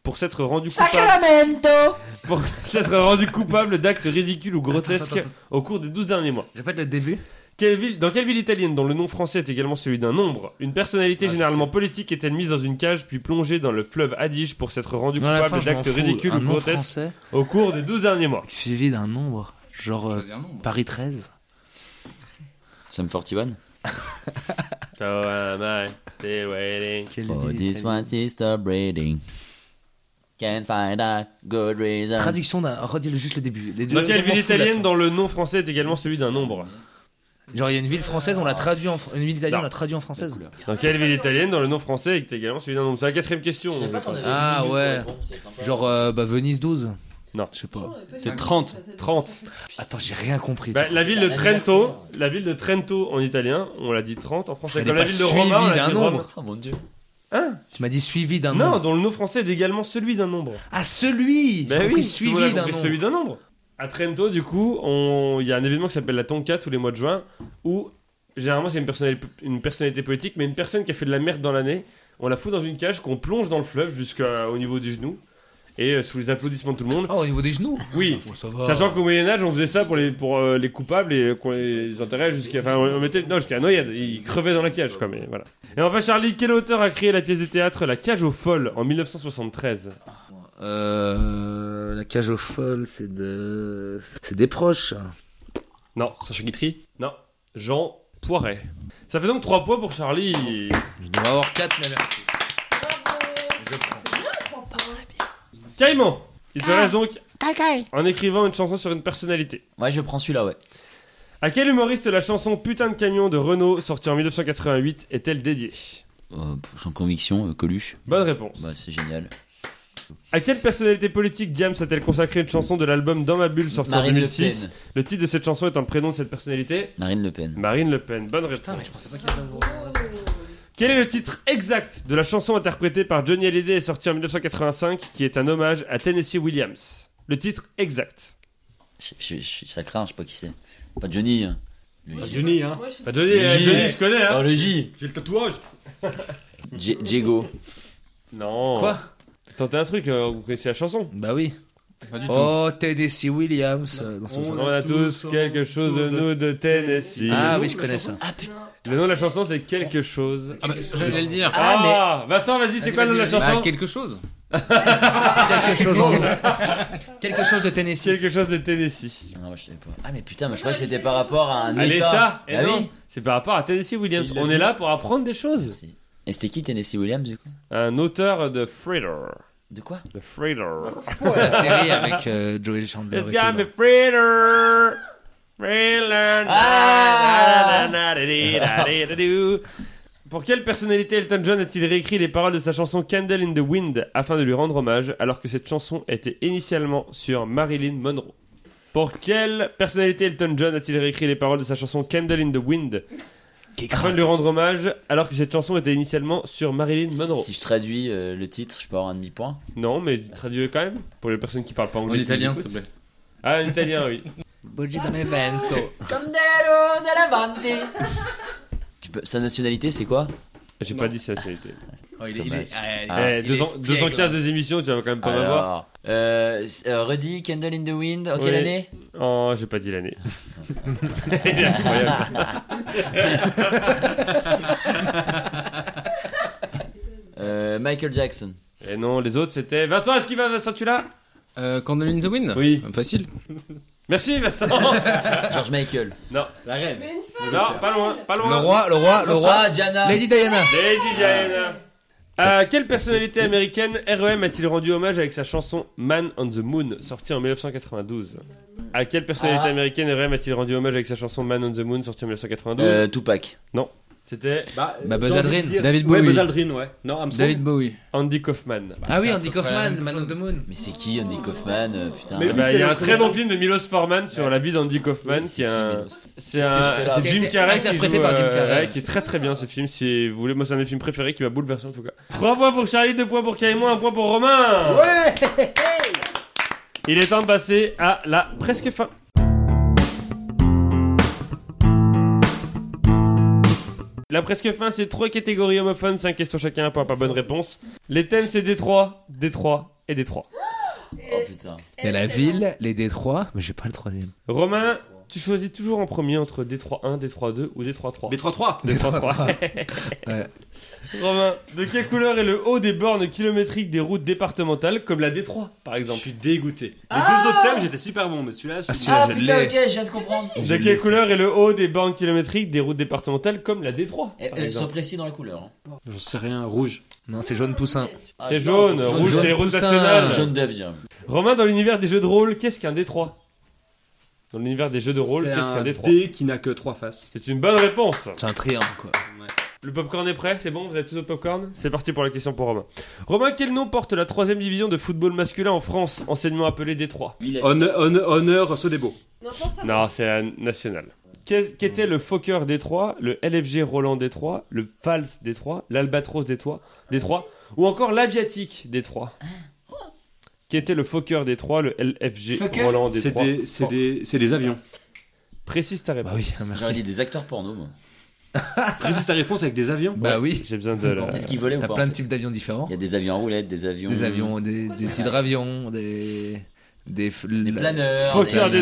Speaker 1: pour s'être rendue coupable,
Speaker 4: Sacramento
Speaker 1: pour s'être rendue coupable d'actes ridicules ou grotesques
Speaker 2: Attends, attends,
Speaker 1: au cours des 12 derniers mois
Speaker 2: Répète le début.
Speaker 1: Quelle ville- Dans quelle ville italienne, dont le nom français est également celui d'un nombre, une personnalité
Speaker 2: Ah, je
Speaker 1: généralement politique est-elle mise dans une cage puis plongée dans le fleuve Adige pour s'être rendue
Speaker 2: Non, à la fin,
Speaker 1: coupable
Speaker 2: je m'en
Speaker 1: d'actes
Speaker 2: fous.
Speaker 1: ridicules
Speaker 2: Un
Speaker 1: ou
Speaker 2: nom
Speaker 1: grotesques
Speaker 2: français
Speaker 1: au cours des 12 derniers mois
Speaker 2: suivi d'un nombre. Genre euh,
Speaker 6: Choisis un nombre.
Speaker 2: Paris 13.
Speaker 3: Sum 41
Speaker 1: So am I still waiting
Speaker 2: Quelle
Speaker 3: For
Speaker 2: ville
Speaker 3: Oh, this
Speaker 2: italienne.
Speaker 3: one sister breeding. Can't find a good reason.
Speaker 2: Traduction d'un. Redis juste le début. Les deux-
Speaker 1: Dans quelle
Speaker 2: je m'en
Speaker 1: ville
Speaker 2: fous de la
Speaker 1: italienne,
Speaker 2: fin.
Speaker 1: dont le nom français est également celui d'un nombre
Speaker 2: Genre, il y a une ville française, on l'a traduit en. fr- Une ville italienne,
Speaker 1: Ah. Non.
Speaker 2: on l'a traduit en française.
Speaker 1: Dans quelle ville italienne, dont le nom français est également celui d'un nombre C'est la quatrième question.
Speaker 3: Je savais
Speaker 1: je
Speaker 3: pas qu'on
Speaker 1: crois.
Speaker 3: avait
Speaker 2: Ah,
Speaker 3: une minute
Speaker 2: ouais.
Speaker 3: pour répondre, c'est sympa.
Speaker 2: Genre, euh, bah, Venise 12.
Speaker 1: Non.
Speaker 2: Je sais pas.
Speaker 5: C'est 30.
Speaker 1: 30.
Speaker 2: Attends, j'ai rien compris.
Speaker 1: Bah, la ville de
Speaker 3: C'est un anniversaire.
Speaker 1: Trento, la ville de Trento en italien, on l'a dit 30 en français.
Speaker 2: Elle
Speaker 1: Comme
Speaker 2: est
Speaker 1: la
Speaker 2: pas
Speaker 1: ville de Roma, on
Speaker 2: suivie
Speaker 1: l'a
Speaker 2: d'un
Speaker 1: dit
Speaker 2: nombre.
Speaker 1: Rome.
Speaker 3: Oh mon dieu.
Speaker 2: Tu m'as dit suivi d'un
Speaker 1: Non,
Speaker 2: nombre.
Speaker 1: dont le nom français est également celui d'un nombre.
Speaker 2: Ah, celui
Speaker 1: Bah
Speaker 2: J'ai compris
Speaker 1: tout le monde a
Speaker 2: suivi d'un
Speaker 1: compris
Speaker 2: nombre.
Speaker 1: celui d'un nombre. À Trento, du coup, on- il y a un événement qui s'appelle la Tonka tous les mois de juin, où généralement c'est une personnalité, une personnalité politique, mais une personne qui a fait de la merde dans l'année, on la fout dans une cage qu'on plonge dans le fleuve jusqu'au niveau des genoux, et euh, sous les applaudissements de tout le monde.
Speaker 2: Ah, au niveau des genoux
Speaker 1: Oui,
Speaker 2: Bon, ça va.
Speaker 1: sachant qu'au Moyen Âge, on faisait ça pour les, pour, euh, les coupables et qu'on les enterrait jusqu'à... Enfin, on mettait... Non, jusqu'à la noyade, ils crevaient dans la cage, quoi, mais voilà. Et enfin, Charlie, quel auteur a créé la pièce de théâtre La cage aux folles en 1973
Speaker 2: Euh, la cage aux folles, c'est de. C'est des proches.
Speaker 1: Non.
Speaker 5: Sacha Guitry
Speaker 1: Non, Jean Poiret. Ça fait donc 3 points pour Charlie.
Speaker 2: Je dois avoir 4, mais merci.
Speaker 1: Caïman, il te
Speaker 7: Ah.
Speaker 1: reste donc
Speaker 7: Cacaille.
Speaker 1: en écrivant une chanson sur une personnalité.
Speaker 3: Ouais, je prends celui-là, ouais.
Speaker 1: À quel humoriste la chanson Putain de camion de Renault sortie en 1988 est-elle dédiée
Speaker 3: Euh, pff, sans conviction, euh, Coluche.
Speaker 1: Bonne réponse.
Speaker 3: Bah, c'est génial.
Speaker 1: À quelle personnalité politique Diams a-t-elle consacré une chanson de l'album Dans ma bulle sorti en
Speaker 3: Marine Le
Speaker 1: 2006
Speaker 3: Pen.
Speaker 1: Le titre de cette chanson étant le prénom de cette personnalité
Speaker 3: Marine Le Pen.
Speaker 1: Marine Le Pen. Bonne réponse. Quel est le titre exact de la chanson interprétée par Johnny Hallyday et sortie en 1985 qui est un hommage à Tennessee Williams Le titre exact.
Speaker 3: Je- je- je- ça craint, je sais pas qui c'est. Pas Johnny. hein. Le J.
Speaker 5: Johnny, hein.
Speaker 1: Bah, Johnny, euh,
Speaker 3: J.
Speaker 1: Johnny, je connais, hein.
Speaker 3: Oh, le J.
Speaker 5: J'ai le tatouage.
Speaker 3: J- Diego.
Speaker 1: Non.
Speaker 2: Quoi
Speaker 1: Tentez un truc, euh, vous connaissez la chanson
Speaker 2: Bah oui.
Speaker 6: Pas du tout.
Speaker 2: Oh, Tennessee Williams. euh, dans ce sens-là.
Speaker 1: On a tous quelque chose de nous de Tennessee.
Speaker 2: Ah
Speaker 5: nom
Speaker 2: oui,
Speaker 5: de
Speaker 2: je
Speaker 5: la
Speaker 2: connais ça.
Speaker 1: Le nom de la chanson, c'est Quelque chose.
Speaker 6: Ah bah, J'allais le dire.
Speaker 2: Ah,
Speaker 1: Ah, Vincent, vas-y, c'est
Speaker 2: Vas-y,
Speaker 1: quoi le nom de la
Speaker 2: vas-y, vas-y.
Speaker 1: chanson
Speaker 6: Bah, quelque chose.
Speaker 1: Ah,
Speaker 2: Quelque chose en Quelque chose de Tennessee.
Speaker 1: Quelque chose de Tennessee.
Speaker 3: Ah, non, moi, je savais pas. Ah, mais putain, mais je croyais que c'était par rapport à un
Speaker 1: À
Speaker 3: état.
Speaker 1: l'État
Speaker 3: Ah
Speaker 5: eh
Speaker 1: Et non,
Speaker 3: oui.
Speaker 1: c'est par rapport à Tennessee Williams.
Speaker 5: Il l'a
Speaker 1: On est
Speaker 5: dit.
Speaker 1: là pour apprendre des choses.
Speaker 3: Merci. Et c'était qui Tennessee Williams du coup
Speaker 1: Un auteur de Thriller.
Speaker 3: De quoi
Speaker 1: De Thriller.
Speaker 2: C'est la série avec euh, Joel Chandler. et
Speaker 1: It's
Speaker 2: tout,
Speaker 1: got me
Speaker 2: là.
Speaker 1: Thriller. Thriller.
Speaker 3: Ah.
Speaker 1: na, na, na, di, da, di, da, do. Pour quelle personnalité Elton John a-t-il réécrit les paroles de sa chanson Candle in the Wind afin de lui rendre hommage alors que cette chanson était initialement sur Marilyn Monroe Pour quelle personnalité Elton John a-t-il réécrit les paroles de sa chanson Candle in the Wind
Speaker 2: Qui est grave.
Speaker 1: afin de lui rendre hommage alors que cette chanson était initialement sur Marilyn Monroe
Speaker 3: Si je traduis euh, le titre, je peux avoir un demi-point.
Speaker 1: Non, mais traduis-le quand même pour les personnes qui parlent pas
Speaker 6: En
Speaker 1: anglais. qui
Speaker 6: italien,
Speaker 1: nous
Speaker 6: s'il te plaît.
Speaker 1: écoutent. Ah, en italien, oui.
Speaker 2: Boggi dans mes vento.
Speaker 3: Tu peux- Sa nationalité, c'est quoi
Speaker 1: J'ai pas dit ça, c'est été.
Speaker 2: Oh, il est, il est, ah, il-
Speaker 1: Eh,
Speaker 2: il
Speaker 1: deux
Speaker 2: est
Speaker 1: ans-
Speaker 2: espiègle. hein.
Speaker 1: 215 des émissions, tu vas quand même pas m'avoir.
Speaker 3: Alors, euh, c- euh, Reddy, Candle in the Wind, en quelle
Speaker 1: Oui.
Speaker 3: année
Speaker 1: Oh, j'ai pas dit l'année. Il est incroyable.
Speaker 3: Euh, Michael Jackson.
Speaker 1: Et Eh non, les autres c'était Vincent, est-ce qu'il va Vincent, tu l'as
Speaker 6: Euh, Candle in the Wind Euh,
Speaker 1: Oui.
Speaker 6: Facile.
Speaker 1: Merci Vincent
Speaker 3: George Michael.
Speaker 1: Non,
Speaker 5: La reine.
Speaker 1: non, pas loin, pas loin.
Speaker 2: Le roi, le roi, le roi.
Speaker 3: Ah, Diana.
Speaker 2: Lady Diana.
Speaker 1: Lady Diana. À quelle personnalité américaine REM a-t-il rendu hommage avec sa chanson Man on the Moon, sortie en 1992 À quelle personnalité
Speaker 3: Ah.
Speaker 1: américaine REM a-t-il rendu hommage avec sa chanson Man on the Moon, sortie en 1992
Speaker 3: Euh, Tupac.
Speaker 1: C'était
Speaker 5: Bah, euh,
Speaker 2: Bah, Buzz
Speaker 5: j'ai envie de
Speaker 2: Aldrin.
Speaker 5: dire-
Speaker 6: David
Speaker 5: Ouais,
Speaker 6: Bowie.
Speaker 5: Buzz Aldrin, ouais. Non, Armstrong.
Speaker 6: David Bowie.
Speaker 1: Andy Kaufman.
Speaker 2: Ah oui, Andy
Speaker 6: peu près la
Speaker 2: Kaufman,
Speaker 6: même
Speaker 2: Man on the Moon.
Speaker 3: Mais c'est qui Andy Kaufman euh, Putain.
Speaker 5: Mais
Speaker 1: Eh ben,
Speaker 5: oui,
Speaker 1: il y
Speaker 5: c'est
Speaker 1: a
Speaker 5: la
Speaker 1: un très bon
Speaker 5: première.
Speaker 1: film de Milos Forman sur la vie d'andy Kaufman.
Speaker 3: C'est
Speaker 1: C'est un,
Speaker 3: qui, Milos
Speaker 1: c'est
Speaker 3: Qu'est-ce que je fais
Speaker 1: un,
Speaker 3: là
Speaker 1: c'est Jim
Speaker 2: Qui a été
Speaker 1: Carrey qui
Speaker 2: interprété
Speaker 1: joue,
Speaker 2: par Jim
Speaker 1: euh,
Speaker 2: Carrey.
Speaker 1: ouais, qui est très très bien ce film. Si vous voulez, moi c'est un de mes films préférés qui m'a bouleversé en tout cas. 3 points pour Charlie, 2 points pour Kaïmo, 1 point pour Romain.
Speaker 5: Ouais
Speaker 1: Il est temps de passer à la presque fin. La presque fin, c'est trois catégories homophones, 5 questions chacun, un point par bonne réponse. Les thèmes, c'est Détroit, Détroit et Détroit.
Speaker 3: Oh putain.
Speaker 2: Il y a la ville, les détroits, mais j'ai pas le troisième.
Speaker 1: Romain, tu choisis toujours en premier entre Détroit 1, Détroit 2 ou Détroit 3
Speaker 5: Des 3-3.
Speaker 1: Détroit 3. Ah,
Speaker 2: Ouais.
Speaker 1: Romain, de quelle couleur est le haut des bornes kilométriques des routes départementales comme la Détroit par
Speaker 5: J'en
Speaker 1: exemple
Speaker 5: suis dégoûté. Les
Speaker 3: Ah
Speaker 5: deux autres thèmes, j'étais super bon, mais celui-là, je
Speaker 2: Ah,
Speaker 5: suis-
Speaker 2: celui-là,
Speaker 3: Ah
Speaker 2: je
Speaker 3: putain,
Speaker 2: l'ai.
Speaker 3: ok, je viens de comprendre.
Speaker 1: De quelle couleur est le haut des bornes kilométriques des routes départementales comme la Détroit
Speaker 3: Eh,
Speaker 1: par
Speaker 3: euh, sois
Speaker 1: exemple
Speaker 3: précis dans les couleurs. hein.
Speaker 5: J'en sais rien, rouge.
Speaker 2: Non, c'est jaune poussin.
Speaker 3: Ah,
Speaker 1: C'est
Speaker 3: je-
Speaker 1: jaune, rouge c'est les routes
Speaker 2: poussin.
Speaker 1: nationales.
Speaker 3: Jaune d'avis. hein.
Speaker 1: Romain, dans l'univers des jeux de rôle, qu'est-ce qu'un Détroit Dans l'univers des jeux de rôle,
Speaker 5: C'est
Speaker 1: qu'est-ce qu'un
Speaker 5: un
Speaker 1: Détroit
Speaker 5: dé qui n'a que trois faces.
Speaker 1: C'est une bonne réponse.
Speaker 2: C'est un triangle, quoi.
Speaker 1: Le popcorn est prêt, c'est bon, vous avez tous au popcorn C'est parti pour la question pour Romain. Romain, quel nom porte la troisième division de football masculin en France, anciennement appelée Détroit
Speaker 3: Lui, il a-
Speaker 5: Honor, honor, honor Sodebo.
Speaker 4: Non, pas ça.
Speaker 1: Non, c'est la nationale. Qu'est- Qu'étaient le Fokker Détroit, le LFG Roland Détroit, le Fals Détroit, l'Albatros Détroit, Détroit ou encore l'Aviatique Détroit Qu'était le Fokker Détroit, le LFG
Speaker 3: Fokker
Speaker 1: Roland
Speaker 5: C'est
Speaker 1: Détroit
Speaker 5: des, c'est
Speaker 1: Oh,
Speaker 5: des, c'est des avions.
Speaker 1: Précise ta réponse.
Speaker 2: Bah oui,
Speaker 3: J'aurais dit
Speaker 2: merci.
Speaker 3: des acteurs porno, moi.
Speaker 5: Précise ta réponse avec des avions.
Speaker 2: Bah oui,
Speaker 1: J'ai besoin de la...
Speaker 3: Est-ce qu'ils volaient ou
Speaker 2: t'as
Speaker 3: pas
Speaker 2: plein
Speaker 3: en
Speaker 2: de
Speaker 3: fait
Speaker 2: types d'avions différents.
Speaker 3: Il y a des avions à roulettes, des avions.
Speaker 2: Des avions, des, des hydravions, des... Des, f-
Speaker 3: Des
Speaker 2: la-
Speaker 3: planeurs.
Speaker 1: Fokker
Speaker 3: des-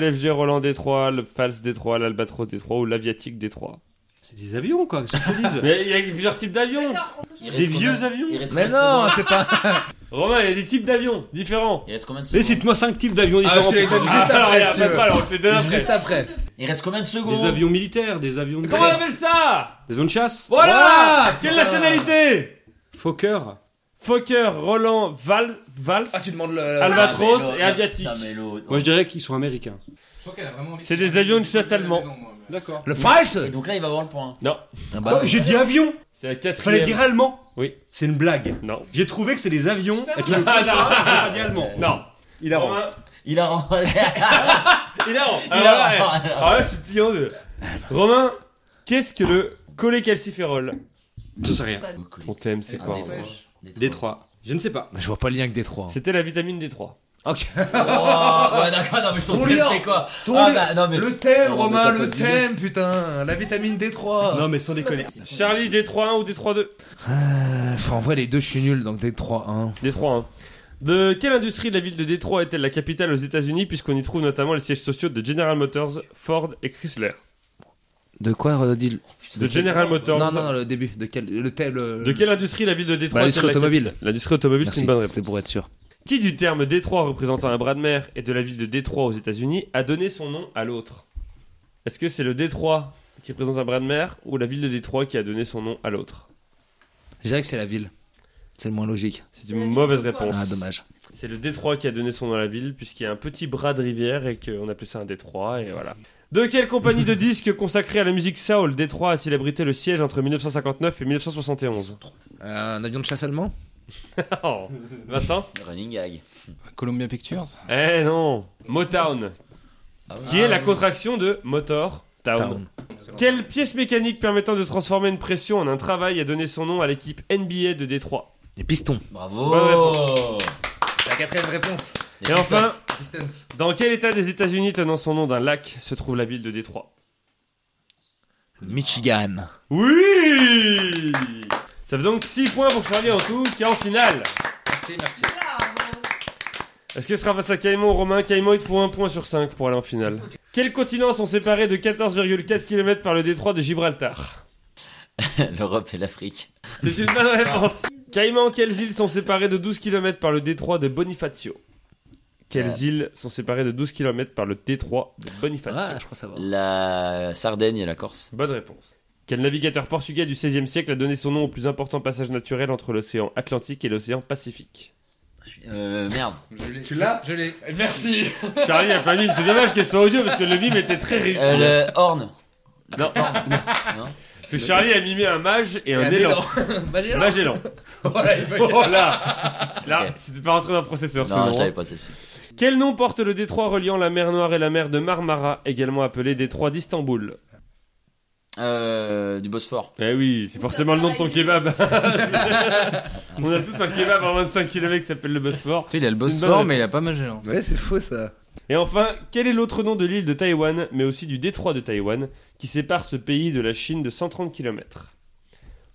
Speaker 1: Détroit, LFG Roland Détroit, le Fals Détroit, l'Albatros Détroit ou l'Aviatique Détroit.
Speaker 5: C'est des avions, quoi, qu'est-ce que je te dis
Speaker 1: Mais il y a plusieurs types d'avions
Speaker 4: D'accord, on-
Speaker 3: Il reste
Speaker 5: Des
Speaker 3: combien-
Speaker 5: vieux avions
Speaker 3: il reste
Speaker 2: Mais
Speaker 3: combien de
Speaker 2: non,
Speaker 3: secondes
Speaker 2: c'est pas...
Speaker 1: Romain, il y a des types d'avions différents.
Speaker 3: Il reste combien de secondes
Speaker 5: Mais cite-moi 5 types d'avions différents.
Speaker 2: je te les donne
Speaker 5: Ah,
Speaker 2: Juste
Speaker 1: alors,
Speaker 2: après,
Speaker 1: il y a
Speaker 2: si
Speaker 1: pas-
Speaker 2: tu veux.
Speaker 1: pas, alors, on te les donne après.
Speaker 2: Juste après.
Speaker 3: Il reste combien de secondes
Speaker 5: Des avions militaires, des avions de
Speaker 1: Comment on
Speaker 5: chasse.
Speaker 1: appelle ça
Speaker 5: Des avions de chasse.
Speaker 1: Oh. Voilà
Speaker 2: Voilà
Speaker 1: Quelle nationalité
Speaker 5: Fokker.
Speaker 1: Fokker, Roland, Vals, Vals.
Speaker 2: Ah, tu demandes le...
Speaker 1: Albatros. Albatros
Speaker 3: Ah, mais
Speaker 1: et
Speaker 3: l'autre-
Speaker 1: Aviatique.
Speaker 3: Ah, mais l'autre-
Speaker 5: Moi, je dirais qu'ils sont américains.
Speaker 6: Je crois qu'elle a vraiment envie
Speaker 1: C'est des avions de chasse allemands.
Speaker 5: D'accord.
Speaker 2: Le false
Speaker 3: Et donc là, il va avoir le point.
Speaker 1: Non,
Speaker 2: Ah bah,
Speaker 5: Oh, J'ai dit avion
Speaker 1: c'est la quatrième.
Speaker 5: Fallait dire allemand
Speaker 1: Oui.
Speaker 5: C'est une blague.
Speaker 1: Non.
Speaker 5: J'ai trouvé que c'est des avions. Et tu me
Speaker 1: Ah, non.
Speaker 5: pas dit allemand.
Speaker 1: Non.
Speaker 5: Il a
Speaker 1: Romain,
Speaker 3: Il a Ah, rend.
Speaker 1: Il a rang.
Speaker 3: Il
Speaker 1: Alors
Speaker 3: a
Speaker 2: Ah,
Speaker 1: là,
Speaker 3: rang.
Speaker 1: ouais. Alors là, je suis plié en deux. Romain, qu'est-ce que le collet calciférol
Speaker 5: Je sais rien.
Speaker 1: Ton thème, c'est
Speaker 3: Ah,
Speaker 1: quoi
Speaker 3: Détroit.
Speaker 1: Romain
Speaker 5: Des trois. Je ne sais pas.
Speaker 2: Je vois pas le lien avec Détroit.
Speaker 1: C'était la vitamine D3.
Speaker 2: Ok.
Speaker 3: Wow, Oh, ouais, d'accord, non, mais ton
Speaker 2: Ton
Speaker 3: thème,
Speaker 2: lien.
Speaker 3: c'est quoi
Speaker 2: Ton
Speaker 3: Ah,
Speaker 2: lien.
Speaker 3: bah, non, mais.
Speaker 2: Le thème,
Speaker 3: Non, mais
Speaker 2: Romain,
Speaker 3: t'as pas
Speaker 2: le
Speaker 3: dit
Speaker 2: thème, putain. La vitamine D3.
Speaker 5: Non, mais sans déconner.
Speaker 1: Charlie, D3-1 ou D3-2
Speaker 2: Euh, faut- en vrai, les deux, je suis nul, donc D3, 1.
Speaker 1: D3-1. hein. De quelle industrie la ville de Détroit est-elle la capitale aux États-Unis, puisqu'on y trouve notamment les sièges sociaux de General Motors, Ford et Chrysler
Speaker 2: De quoi, euh, redis
Speaker 1: De General Motors.
Speaker 2: Non, non, non, le début. De quel, le thème. le-
Speaker 1: De quelle industrie la ville de Détroit
Speaker 2: Bah, l'industrie
Speaker 1: est-elle la
Speaker 2: automobile.
Speaker 1: capitale L'industrie automobile, c'est
Speaker 2: Merci,
Speaker 1: une bonne réponse.
Speaker 2: c'est pour être sûr.
Speaker 1: Qui du terme Détroit représentant un bras de mer et de la ville de Détroit aux États-Unis a donné son nom à l'autre Est-ce que c'est le Détroit qui représente un bras de mer ou la ville de Détroit qui a donné son nom à l'autre
Speaker 2: Je dirais que c'est la ville. C'est le moins logique.
Speaker 1: C'est une mauvaise réponse.
Speaker 2: Ah, dommage.
Speaker 1: C'est le Détroit qui a donné son nom à la ville puisqu'il y a un petit bras de rivière et qu'on appelait ça un Détroit et voilà. De quelle compagnie de disques consacrée à la musique soul Détroit a-t-il abrité le siège entre 1959 et 1971
Speaker 2: Euh, un avion de chasse allemand
Speaker 1: Oh, Vincent
Speaker 3: Running gag.
Speaker 6: Columbia Pictures.
Speaker 1: Eh non Motown,
Speaker 3: Ah ouais.
Speaker 1: qui est la contraction de Motor Town. Quelle pièce mécanique permettant de transformer une pression en un travail a donné son nom à l'équipe NBA de Détroit
Speaker 2: Les pistons.
Speaker 1: Bonne
Speaker 3: Bravo.
Speaker 2: C'est la quatrième réponse.
Speaker 1: Et enfin,
Speaker 2: Pistons.
Speaker 1: dans quel état des États-Unis tenant son nom d'un lac se trouve la ville de Détroit
Speaker 2: Michigan.
Speaker 1: Oui Ça fait donc 6 points pour Charlie en tout, qui est en finale.
Speaker 2: Merci, merci.
Speaker 4: hein.
Speaker 1: Est-ce que ce sera face à Caïman ou Romain Caïman, il te faut un point sur 5 pour aller en finale. Quels continents sont séparés de 14,4 km par le détroit de Gibraltar
Speaker 3: L'Europe et l'Afrique.
Speaker 1: C'est une bonne réponse. Caïman, quelles îles sont séparées de 12 km par le détroit de Bonifacio Quelles îles sont séparées de 12 km par le détroit de Bonifacio
Speaker 2: Ah, je crois savoir.
Speaker 3: La Sardaigne et la Corse.
Speaker 1: Bonne réponse. Quel navigateur portugais du XVIe siècle a donné son nom au plus important passage naturel entre l'océan Atlantique et l'océan Pacifique
Speaker 3: Euh, merde.
Speaker 2: Tu l'as Je l'ai. Merci.
Speaker 1: Charlie a pas mime, c'est dommage qu'elle soit audio parce que le mime était très réussi.
Speaker 3: Euh, le Horn.
Speaker 1: Non.
Speaker 3: Non.
Speaker 1: Parce que Charlie a mimé un mage et un, élan.
Speaker 2: Magellan.
Speaker 1: Magellan.
Speaker 2: Voilà, il va-
Speaker 1: Oh là Là,
Speaker 3: Ok.
Speaker 1: c'était pas rentré dans le processeur ce
Speaker 3: Non, je
Speaker 1: moment.
Speaker 3: l'avais pas ceci.
Speaker 1: Quel nom porte le détroit reliant la mer Noire et la mer de Marmara, également appelé détroit d'Istanbul
Speaker 3: Euh, du Bosphore.
Speaker 1: Eh oui, c'est forcément le nom de ton kebab. On a tous un kebab en 25 km qui s'appelle le Bosphore.
Speaker 6: Tu sais, il a le
Speaker 1: C'est une bonne
Speaker 6: Bosphore, mais il a
Speaker 1: réponse.
Speaker 6: pas hein. Magellan.
Speaker 2: Ouais, c'est faux ça.
Speaker 1: Et enfin, quel est l'autre nom de l'île de Taïwan, mais aussi du détroit de Taïwan, qui sépare ce pays de la Chine de 130 km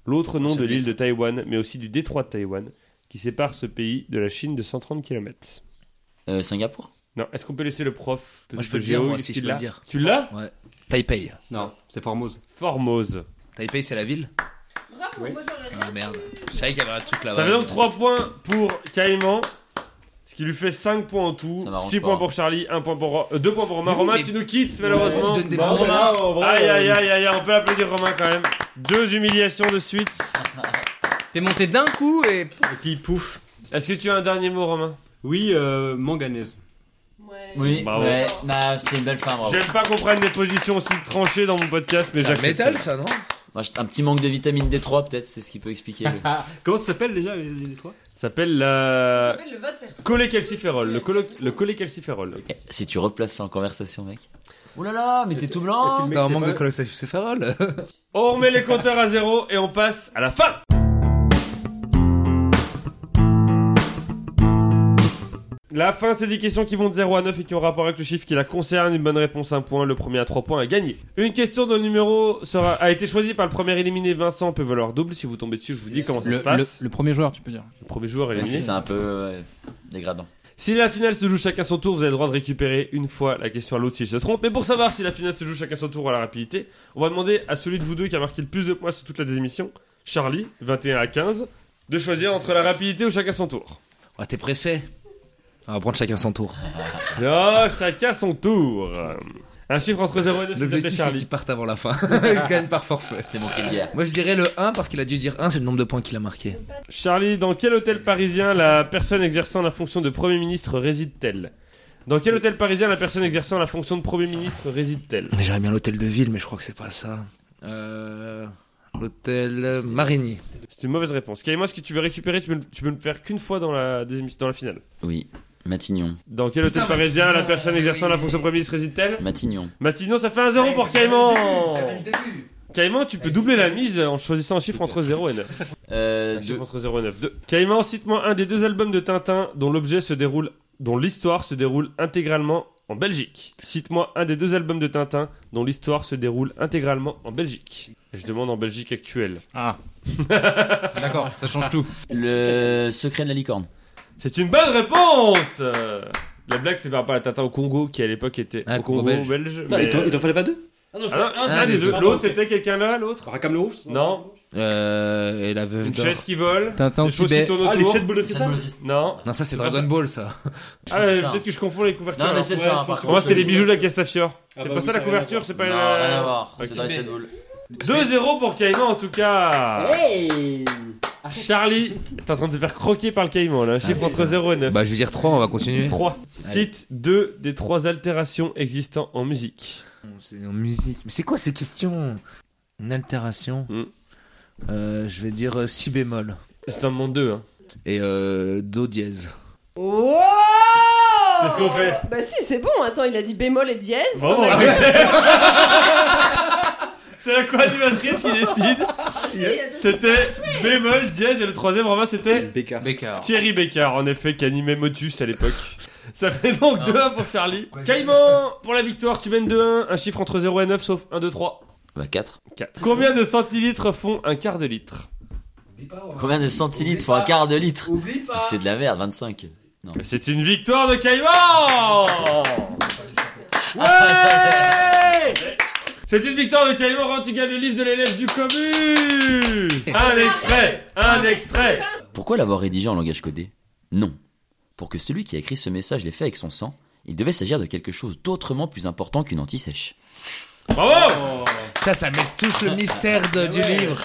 Speaker 1: L'autre nom de l'île de Taïwan, mais aussi du détroit de Taïwan, qui sépare ce pays de la Chine de 130 km.
Speaker 3: Euh, Singapour.
Speaker 1: Non, est-ce qu'on peut laisser le prof
Speaker 2: Moi, je
Speaker 1: peut-être
Speaker 2: peux le dire,
Speaker 1: Géo,
Speaker 2: moi,
Speaker 1: est-ce
Speaker 2: si
Speaker 1: qu'il
Speaker 2: je peux le
Speaker 1: l'a
Speaker 2: dire.
Speaker 1: Tu l'as
Speaker 2: Taipei.
Speaker 5: Non, c'est Formose.
Speaker 1: Formose.
Speaker 2: Taipei, c'est la ville
Speaker 4: Bravo, moi j'aurais rien
Speaker 2: Ah merde. Je savais qu'il y avait un truc là-bas.
Speaker 1: Ça fait donc 3 points pour Caïman. Ce qui lui fait 5 points en tout.
Speaker 3: Ça m'arrange
Speaker 1: 6
Speaker 3: pas.
Speaker 1: points pour Charlie, 1 point pour Ro- euh, 2 points pour Romain.
Speaker 2: Mais oui,
Speaker 1: Romain,
Speaker 2: mais-
Speaker 1: tu nous quittes
Speaker 2: Heureusement.
Speaker 1: malheureusement.
Speaker 2: Je donne des
Speaker 5: Bon,
Speaker 2: bonnes
Speaker 5: bah,
Speaker 2: réponses.
Speaker 5: en
Speaker 1: Aïe
Speaker 5: vrai, euh,
Speaker 1: aïe aïe aïe, on peut applaudir Romain quand même. Deux humiliations de suite.
Speaker 6: T'es monté d'un coup et.
Speaker 5: Et puis pouf.
Speaker 1: Est-ce que tu as un dernier mot Romain
Speaker 5: Oui, euh, manganèse.
Speaker 3: Oui.
Speaker 1: Bravo.
Speaker 3: Ouais, bah, c'est une belle fin, bravo.
Speaker 1: J'aime pas qu'on prenne des positions aussi tranchées dans mon podcast, mais
Speaker 2: C'est un
Speaker 1: j'accepte.
Speaker 2: métal ça, non
Speaker 3: Moi, j'ai un petit manque de vitamine D3, peut-être, c'est ce qui peut expliquer. le-
Speaker 5: Comment ça s'appelle déjà les, les trois
Speaker 1: Ça s'appelle la
Speaker 4: s'appelle le vote faire
Speaker 1: cholécalciférol, le, colo... le cholécalciférol.
Speaker 3: Eh, si tu replaces ça en conversation, mec. Oh là là, mais t'es tout blanc.
Speaker 5: c'est le mec,
Speaker 2: T'as un
Speaker 5: c'est
Speaker 2: manque
Speaker 5: pas-
Speaker 2: de cholestérol.
Speaker 1: On remet les compteurs à zéro et on passe à la fin. La fin, c'est des questions qui vont de 0 à 9 et qui ont rapport avec le chiffre qui la concerne. Une bonne réponse, un point. Le premier à 3 points à gagner. Une question dont le numéro sera, a été choisi par le premier éliminé. Vincent peut valoir double. Si vous tombez dessus, je vous dis comment ça
Speaker 6: Le,
Speaker 1: se passe.
Speaker 6: le- le premier joueur, tu peux dire.
Speaker 1: Le premier joueur
Speaker 3: Mais
Speaker 1: éliminé.
Speaker 3: si, c'est un peu euh, dégradant.
Speaker 1: Si la finale se joue chacun son tour, vous avez le droit de récupérer une fois la question à l'autre s'il se trompe. Mais pour savoir si la finale se joue chacun son tour à la rapidité, on va demander à celui de vous deux qui a marqué le plus de points sur toute la désémission, Charlie, 21 à 15, de choisir entre la rapidité ou chacun son tour.
Speaker 2: Ah, t'es pressé On va prendre chacun son tour.
Speaker 1: Oh, chacun son tour Un chiffre entre 0 et 9, s'il te plaît,
Speaker 2: L'objectif, c'est
Speaker 1: Charlie.
Speaker 2: qu'il parte avant la fin. Il gagne par forfait.
Speaker 3: C'est mon cri de guerre.
Speaker 2: Moi, je dirais le 1 parce qu'il a dû dire 1, c'est le nombre de points qu'il a marqué.
Speaker 1: Charlie, dans quel hôtel parisien la personne exerçant la fonction de Premier ministre réside-t-elle Dans quel hôtel parisien la personne exerçant la fonction de Premier ministre réside-t-elle
Speaker 2: J'aimerais bien l'hôtel de ville, mais je crois que c'est pas ça. Euh, L'hôtel Marigny.
Speaker 1: C'est une mauvaise réponse. Kaima, ce que tu veux récupérer, tu peux, le- tu peux le faire qu'une fois dans la, désémission- dans la finale.
Speaker 3: Oui. Matignon.
Speaker 1: Dans quel hôtel parisien la personne exerçant la fonction de Premier ministre réside-t-elle
Speaker 3: Matignon.
Speaker 1: Matignon, ça fait un zéro pour Caïman Caïman, tu peux doubler la mise en choisissant un chiffre entre 0 et 9.
Speaker 3: Euh,
Speaker 1: Un chiffre
Speaker 3: deux-
Speaker 1: entre 0 et 9. Deux. Caïman, cite-moi un des deux albums de Tintin dont l'objet se déroule dont l'histoire se déroule intégralement en Belgique. Cite-moi un des deux albums de Tintin dont l'histoire se déroule intégralement en Belgique. Et je demande en Belgique actuelle.
Speaker 6: Ah. D'accord, ça change tout.
Speaker 3: Le secret de la licorne.
Speaker 1: C'est une bonne réponse Euh, La blague, c'est par rapport à Tintin au Congo, qui à l'époque était
Speaker 2: Ah,
Speaker 1: au Congo belge.
Speaker 2: Congo-belge.
Speaker 5: Putain,
Speaker 1: mais-
Speaker 5: il t'en- il t'en fallait pas deux
Speaker 7: Ah non,
Speaker 1: Ah non, un,
Speaker 2: Un
Speaker 1: des
Speaker 2: des
Speaker 1: deux.
Speaker 7: deux.
Speaker 1: L'autre, c'était quelqu'un là, l'autre
Speaker 5: Rakam le rouge
Speaker 1: Non.
Speaker 2: Euh, et la veuve
Speaker 1: Une
Speaker 2: d'or.
Speaker 1: chaise qui vole
Speaker 6: Tintin au
Speaker 1: Des choses qui
Speaker 6: Tibet.
Speaker 1: tournent autour
Speaker 5: Ah, les 7 boules de
Speaker 3: Ça,
Speaker 5: cristal
Speaker 3: me-
Speaker 1: Non.
Speaker 2: Non, ça c'est
Speaker 1: C'est pas
Speaker 2: Dragon
Speaker 1: ça.
Speaker 2: Ball ça.
Speaker 1: Ah,
Speaker 3: c'est
Speaker 1: euh,
Speaker 3: ça.
Speaker 1: peut-être que je confonds les couvertures.
Speaker 3: Non, mais
Speaker 1: alors.
Speaker 3: c'est
Speaker 5: ouais,
Speaker 3: ça,
Speaker 5: je
Speaker 3: par
Speaker 5: pense que
Speaker 1: Pour moi,
Speaker 3: contre.
Speaker 1: c'était les
Speaker 3: euh,
Speaker 1: bijoux de la Castafiore.
Speaker 5: Ah
Speaker 1: C'est
Speaker 5: bah
Speaker 1: pas
Speaker 5: oui,
Speaker 1: ça la
Speaker 5: ça a
Speaker 1: couverture,
Speaker 5: rien à
Speaker 1: c'est
Speaker 5: voir.
Speaker 1: pas.
Speaker 3: Non,
Speaker 1: euh,
Speaker 3: rien à voir.
Speaker 1: ok.
Speaker 3: C'est dans les 7 boules.
Speaker 1: 2-0 pour Caïman en tout cas.
Speaker 7: Hey
Speaker 1: Charlie, t'es en train de te faire croquer par le Caïman là. Chiffre entre 0 et 9.
Speaker 2: Bah je vais dire 3, on va continuer.
Speaker 1: 3. Cite deux des trois altérations existant en musique.
Speaker 2: C'est en musique. Mais c'est quoi ces questions Une altération.
Speaker 1: Hmm.
Speaker 2: Euh, je vais dire euh, si bémol
Speaker 1: C'est un monde 2. Hein.
Speaker 2: et euh, do dièse.
Speaker 4: Oh
Speaker 1: Qu'est-ce qu'on fait
Speaker 4: Bah si, c'est bon. Attends, il a dit bémol et dièse.
Speaker 1: Bravo. Ah,
Speaker 4: T'en as dit-
Speaker 1: Oh. C'est la co-animatrice qui décide. C'était bémol, dièse et le troisième Romain c'était
Speaker 5: Bécard.
Speaker 6: Bécard.
Speaker 1: Thierry Bécard en effet qui animait Motus à l'époque. Ça fait donc 2-1 pour Charlie. Caïman, pour la victoire, tu mènes 2-1, un chiffre entre 0 et 9 sauf 1, 2, 3,
Speaker 3: Bah 4.
Speaker 1: 4. Combien de centilitres font un quart de litre
Speaker 3: Combien de centilitres Ah. faut un quart de litre
Speaker 2: Oublie pas.
Speaker 3: C'est de la merde, 25.
Speaker 1: C'est une victoire de Caïman C'est une victoire de Caïman, Romain, tu gagnes le livre de l'élève du commun Un extrait, un extrait
Speaker 3: Pourquoi l'avoir rédigé en langage codé Non. Pour que celui qui a écrit ce message l'ait fait avec son sang, il devait s'agir de quelque chose d'autrement plus important qu'une antisèche.
Speaker 1: Bravo
Speaker 2: Ça, ça met tous le mystère de- du livre.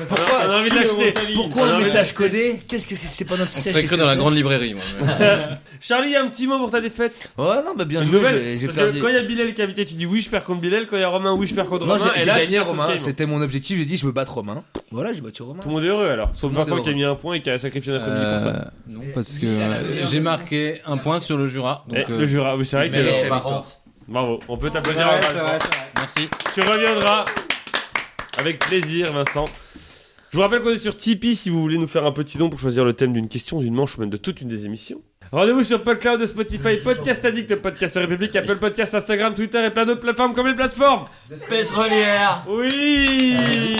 Speaker 1: on a- on a envie de l'acheter.
Speaker 2: Pourquoi
Speaker 1: On a
Speaker 2: un
Speaker 1: envie de
Speaker 2: message codé Qu'est-ce que c'est C'est pas notre
Speaker 6: On
Speaker 2: sèche
Speaker 6: serait cru dans la grande librairie, moi.
Speaker 1: Charlie, un petit mot pour ta défaite
Speaker 2: Ouais, non, bah bien
Speaker 1: Une
Speaker 2: joué,
Speaker 1: nouvelle,
Speaker 2: j'ai- j'ai
Speaker 1: parce
Speaker 2: perdu.
Speaker 1: que quand il y a Bilal qui est invité, tu dis oui, je perds contre Bilal. Quand il y a Romain, oui, je perds contre
Speaker 2: Non,
Speaker 1: Romain.
Speaker 2: j'ai
Speaker 1: Et
Speaker 2: j'ai
Speaker 1: là, tu
Speaker 2: gagné
Speaker 1: perds contre
Speaker 2: Romain,
Speaker 1: Caïman.
Speaker 2: c'était mon objectif, j'ai dit je veux battre Romain. Voilà, j'ai battu Romain.
Speaker 1: Tout le monde est heureux alors. Sauf
Speaker 2: Tout le monde est
Speaker 1: Vincent qui a
Speaker 2: heureux. Euh,
Speaker 1: mis un point et qui a sacrifié un après-midi pour ça.
Speaker 6: non, parce que euh, j'ai marqué un point sur le Jura.
Speaker 1: Eh,
Speaker 6: Donc, euh,
Speaker 1: Le Jura, oui, c'est vrai que.
Speaker 2: mérite sa
Speaker 6: par
Speaker 2: victoire.
Speaker 1: Bravo, on peut
Speaker 5: C'est
Speaker 1: t'applaudir.
Speaker 5: vrai,
Speaker 1: Romain.
Speaker 5: c'est vrai, c'est vrai.
Speaker 6: Merci.
Speaker 1: Tu reviendras avec plaisir, Vincent. Je vous rappelle qu'on est sur Tipeee si vous voulez nous faire un petit don pour choisir le thème d'une question, d'une manche ou même de toute une des émissions. Rendez-vous sur PodCloud, Spotify, Podcast Addict, Podcast République, Apple Podcast, Instagram, Twitter et plein d'autres plateformes comme les plateformes.
Speaker 3: Pétrolière
Speaker 1: Oui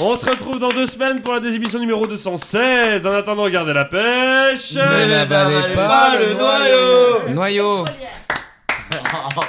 Speaker 1: On se retrouve dans deux semaines pour la désémission numéro 216. En attendant, gardez la pêche
Speaker 2: Mais n'avalez pas le noyau.
Speaker 6: Noyau.
Speaker 3: Oh,